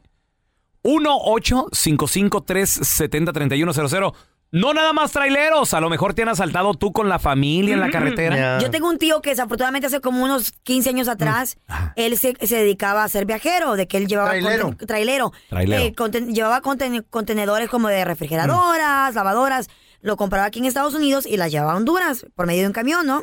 Speaker 1: 1-855-370-3100. No nada más traileros, a lo mejor te han asaltado tú con la familia en
Speaker 3: Mm-hmm.
Speaker 1: la carretera. Mm.
Speaker 2: Yo tengo un tío que desafortunadamente hace como unos 15 años atrás,
Speaker 1: Ah.
Speaker 2: él se, se dedicaba a ser viajero, de que él llevaba
Speaker 1: Trailero.
Speaker 2: conten- trailero.
Speaker 1: Trailero. Mm.
Speaker 2: Eh, conten- llevaba conten- contenedores como de refrigeradoras, lavadoras, lo compraba aquí en Estados Unidos y las llevaba a Honduras por medio de un camión, ¿no?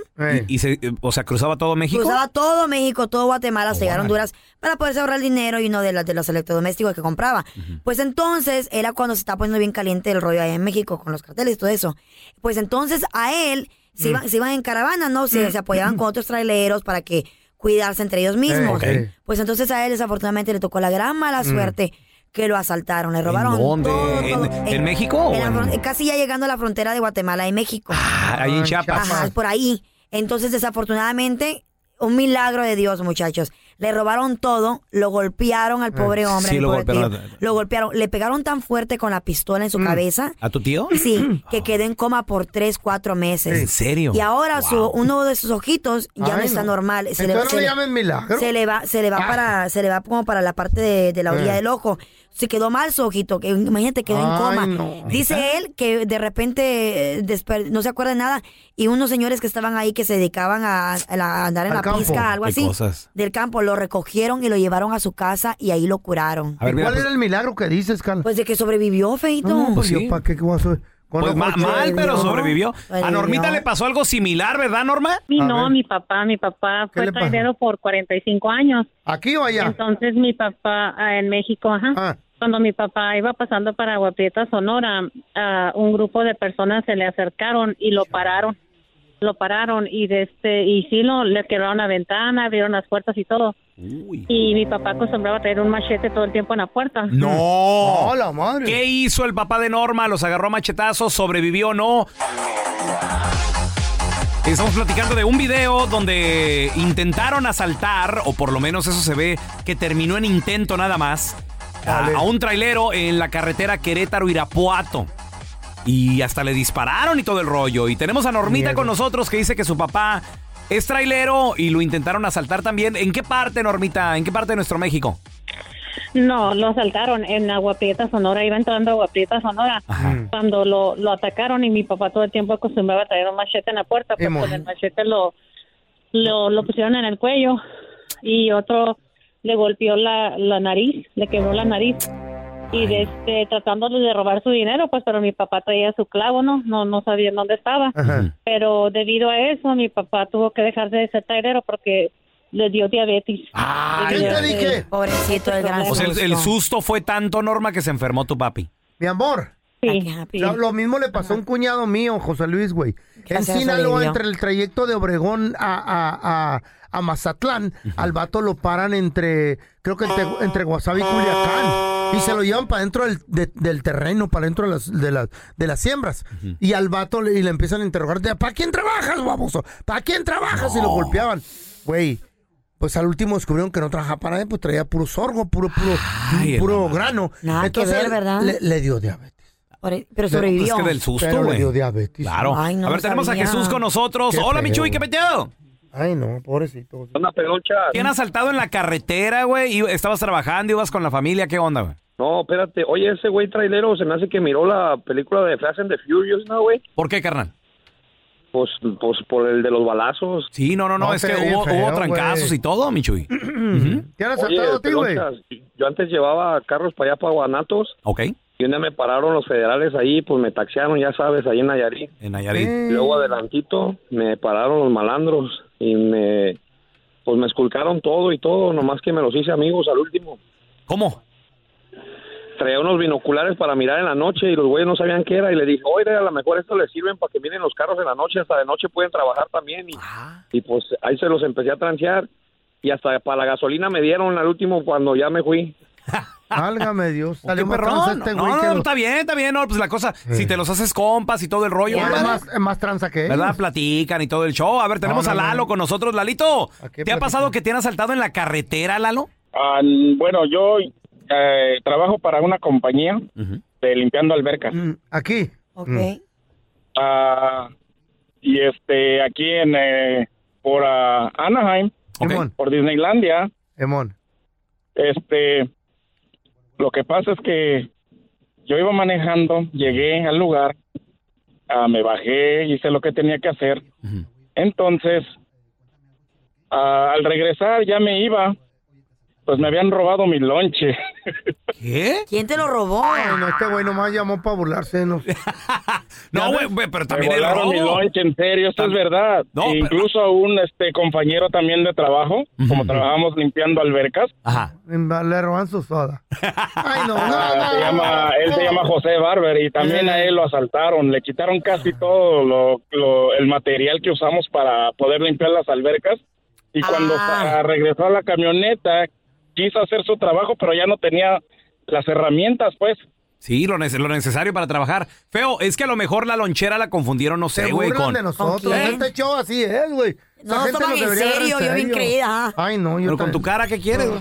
Speaker 1: Y, y se, eh, o sea, cruzaba todo México. Oh,
Speaker 2: Cruzaba todo México, todo Guatemala, hasta llegar a
Speaker 1: órale.
Speaker 2: Honduras para poderse ahorrar el dinero y uno de, las de los electrodomésticos que compraba. Pues entonces era cuando se estaba poniendo bien caliente el rollo allá en México con los carteles y todo eso. Pues entonces a él se,
Speaker 24: Mm.
Speaker 2: iban, se iban en caravana, ¿no?
Speaker 1: Mm.
Speaker 2: Se, se apoyaban con otros traileros para que cuidarse entre ellos mismos.
Speaker 24: Eh, ok.
Speaker 2: Pues entonces a él desafortunadamente le tocó la gran mala
Speaker 1: Mm.
Speaker 2: suerte que lo asaltaron, le robaron.
Speaker 1: dónde?
Speaker 2: todo,
Speaker 1: ¿En-
Speaker 2: todo.
Speaker 1: en México o
Speaker 2: en la fron-
Speaker 1: en-
Speaker 2: Casi ya llegando a la frontera de Guatemala y México.
Speaker 1: Ah, ahí en Chiapas.
Speaker 2: Ajá, por ahí. Entonces, desafortunadamente, un milagro de Dios, muchachos. Le robaron todo, lo golpearon al pobre
Speaker 1: Ah,
Speaker 2: hombre.
Speaker 1: sí,
Speaker 2: al
Speaker 1: lo
Speaker 2: pobre tío.
Speaker 1: golpearon. Mm.
Speaker 2: Lo golpearon, le pegaron tan fuerte con la pistola en su cabeza.
Speaker 1: ¿A tu tío?
Speaker 2: Sí, que quedó en coma por tres, cuatro meses.
Speaker 1: ¿En serio?
Speaker 2: Y ahora
Speaker 1: Wow.
Speaker 2: su, uno de sus ojitos ya no
Speaker 3: Ay,
Speaker 2: está
Speaker 3: no.
Speaker 2: normal. le-
Speaker 3: Entonces no le
Speaker 2: le-
Speaker 3: llamen milagro. Ah.
Speaker 2: Se le va, se le va para, se le va como para la parte de, de la orilla
Speaker 3: Eh.
Speaker 2: del ojo. Se quedó mal su ojito, que imagínate, quedó en
Speaker 3: Ay,
Speaker 2: coma.
Speaker 3: no.
Speaker 2: Dice él que de repente eh, desper- no se acuerda de nada y unos señores que estaban ahí que se dedicaban a, a la- a andar en
Speaker 1: Al
Speaker 2: la
Speaker 1: campo.
Speaker 2: pizca, algo
Speaker 1: Qué
Speaker 2: así,
Speaker 1: cosas.
Speaker 2: del campo, lo recogieron y lo llevaron a su casa y ahí lo curaron.
Speaker 3: ¿Y
Speaker 1: pues
Speaker 3: ¿Cuál era el milagro que dices, Carla?
Speaker 2: Pues de que sobrevivió, Feito.
Speaker 3: No, pues yo, ¿para qué? ¿Qué voy a hacer? Con
Speaker 1: Pues
Speaker 3: ojo
Speaker 1: ma-
Speaker 3: chido.
Speaker 1: mal, pero
Speaker 3: No.
Speaker 1: sobrevivió.
Speaker 2: Pues
Speaker 1: A Normita le pasó algo similar, ¿verdad, Norma?
Speaker 25: Mi no, mi papá, mi papá
Speaker 1: ¿Qué
Speaker 25: fue
Speaker 1: le pasó?
Speaker 25: trailero por 45 años.
Speaker 3: ¿Aquí o allá?
Speaker 25: Entonces mi papá ah, en México, ajá. Cuando mi papá iba pasando para Agua Prieta, Sonora, ah, un grupo de personas se le acercaron y lo pararon. Lo pararon y de este y sí lo le quebraron la ventana, abrieron las puertas y todo. Y mi papá acostumbraba a traer un machete todo el tiempo en la puerta.
Speaker 1: No.
Speaker 3: la madre.
Speaker 1: ¿Qué hizo el papá de Norma? ¿Los agarró a machetazos? ¿Sobrevivió o no? Estamos platicando de un video donde intentaron asaltar, o por lo menos eso se ve, que terminó en intento nada más, a, a un trailero en la carretera Querétaro-Irapuato. Y hasta le dispararon y todo el rollo. Y tenemos a Normita con nosotros que dice que su papá es trailero y lo intentaron asaltar también. ¿En qué parte, Normita? ¿En qué parte de nuestro México?
Speaker 25: No, lo asaltaron en Agua Prieta, Sonora. Iba entrando a Agua Prieta, Sonora. Cuando lo, lo atacaron y mi papá todo el tiempo acostumbraba a traer un machete en la puerta, pues
Speaker 26: Emo.
Speaker 25: con el machete lo, lo, lo pusieron en el cuello y otro le golpeó la, la nariz, le quebró la nariz. Y de este, tratándole de robar su dinero, pues, pero mi papá traía su clavo, ¿no? No, no sabía dónde estaba. Pero debido a eso, mi papá tuvo que dejar de ser trailero porque le dio diabetes.
Speaker 1: ¿Qué te
Speaker 3: dije?
Speaker 2: Pobrecito el gran
Speaker 1: O sea, el, el
Speaker 2: susto.
Speaker 1: susto fue tanto, Norma, que se enfermó tu papi.
Speaker 3: Mi amor. Lo, lo mismo le pasó a un cuñado mío, José Luis, güey. En
Speaker 1: Gracias,
Speaker 3: Sinaloa,
Speaker 1: sobrevivió.
Speaker 3: entre el trayecto de Obregón a, a, a, a Mazatlán, al vato lo paran entre, creo que entre, entre Guasave y Culiacán. Y se lo llevan para dentro del, de- del terreno, para dentro de las, de las, de las siembras. Y al vato le, y le empiezan a interrogar, de, ¿para quién trabajas, baboso? ¿Para quién trabajas? Y lo golpeaban. Güey, pues al último descubrieron que no trabajaba para nadie, pues traía puro sorgo, puro, puro, puro grano.
Speaker 2: Nada que ver, ¿verdad?
Speaker 3: Le, le dio diabetes.
Speaker 2: Por- Pero sobrevivió.
Speaker 1: Es que del susto,
Speaker 3: Pero le
Speaker 1: güey.
Speaker 3: dio diabetes.
Speaker 1: Claro.
Speaker 3: Ay, no
Speaker 1: a ver, tenemos
Speaker 3: sabía.
Speaker 1: a Jesús con nosotros.
Speaker 3: Qué
Speaker 1: Hola,
Speaker 3: feo,
Speaker 1: Michuy, ¿qué
Speaker 3: güey.
Speaker 1: peteado?
Speaker 3: Ay, no, pobrecito.
Speaker 9: Una pelucha.
Speaker 1: ¿Quién han asaltado en la carretera, güey? Y Estabas trabajando, ibas con la familia, ¿qué onda, güey?
Speaker 9: No, espérate. Oye, ese güey trailero se me hace que miró la película de Fast and the Furious, ¿no, güey?
Speaker 1: ¿Por qué, carnal?
Speaker 9: Pues, pues por el de los balazos.
Speaker 1: Sí, no, no, no, es que hubo, hubo trancazos y todo, Michuy.
Speaker 3: ¿Qué han
Speaker 1: asaltado a ti, güey?
Speaker 9: Yo antes llevaba carros para allá, para Guanatos.
Speaker 1: Ok.
Speaker 9: Y una me pararon los federales ahí, pues me taxearon, ya sabes, ahí en Nayarit.
Speaker 1: En Nayarit.
Speaker 9: Y Luego adelantito me pararon los malandros y me, pues me esculcaron todo y todo, nomás que me los hice amigos al último.
Speaker 1: ¿Cómo?
Speaker 9: Traía unos binoculares para mirar en la noche y los güeyes no sabían qué era y le dije, oye, a lo mejor esto les sirven para que miren los carros en la noche, hasta de noche pueden trabajar también. Y, y pues ahí se los empecé a transear y hasta para la gasolina me dieron al último cuando ya me fui.
Speaker 3: Válgame Dios. Salió
Speaker 1: Qué
Speaker 3: más
Speaker 1: perrón.
Speaker 3: tranza este
Speaker 1: no,
Speaker 3: güey
Speaker 1: no,
Speaker 3: que
Speaker 1: no,
Speaker 3: lo-
Speaker 1: está bien, está bien. No, pues la cosa, si te los haces compas y todo el rollo,
Speaker 3: Era
Speaker 1: ¿verdad? ¿Eh?
Speaker 3: más, eh, más tranza que él.
Speaker 1: ¿Verdad? Platican y todo el show. A ver, tenemos
Speaker 3: No, no,
Speaker 1: a Lalo con nosotros. Lalito,
Speaker 3: qué
Speaker 1: ¿te ha pasado que te han asaltado en la carretera, Lalo?
Speaker 27: Ah, bueno, yo eh, trabajo para una compañía de limpiando albercas.
Speaker 3: Aquí. Mm.
Speaker 27: Ah, y este, aquí en, eh, por ah, Anaheim, por Disneylandia,
Speaker 3: Emón.
Speaker 27: este, lo que pasa es que yo iba manejando, llegué al lugar, ah, me bajé, hice lo que tenía que hacer. Entonces, ah, al regresar ya me iba Pues me habían robado mi lonche.
Speaker 1: ¿Qué?
Speaker 2: ¿Quién te lo robó?
Speaker 3: no, este güey nomás llamó para burlarse. No,
Speaker 1: No, güey, güey, pero
Speaker 27: Me
Speaker 1: también el
Speaker 27: volaron mi
Speaker 1: robo.
Speaker 27: lonche, en serio, esto es verdad. E
Speaker 1: No, pero-
Speaker 27: Incluso a un este, compañero también de trabajo, como trabajábamos limpiando albercas,
Speaker 3: Le roban su soda. Ay, no,
Speaker 27: Ah, se llama, él se llama José Barber y también a él lo asaltaron, le quitaron casi
Speaker 1: Ah.
Speaker 27: todo lo, lo- el material que usamos para poder limpiar las albercas y cuando
Speaker 1: Ah.
Speaker 27: sa- regresó a la camioneta quiso hacer su trabajo pero ya no tenía las herramientas pues.
Speaker 1: Sí, lo, nece- lo necesario para trabajar. Feo, es que a lo mejor la lonchera la confundieron, no sé, Eh, güey,
Speaker 3: burlan
Speaker 1: con...
Speaker 3: de nosotros.
Speaker 1: ¿Con quién?
Speaker 3: Este show así es, güey.
Speaker 2: No, toman en serio, yo bien
Speaker 3: increíble.
Speaker 2: creída,
Speaker 3: Ay, no, yo
Speaker 1: Pero con tu cara, ¿qué quieres, güey?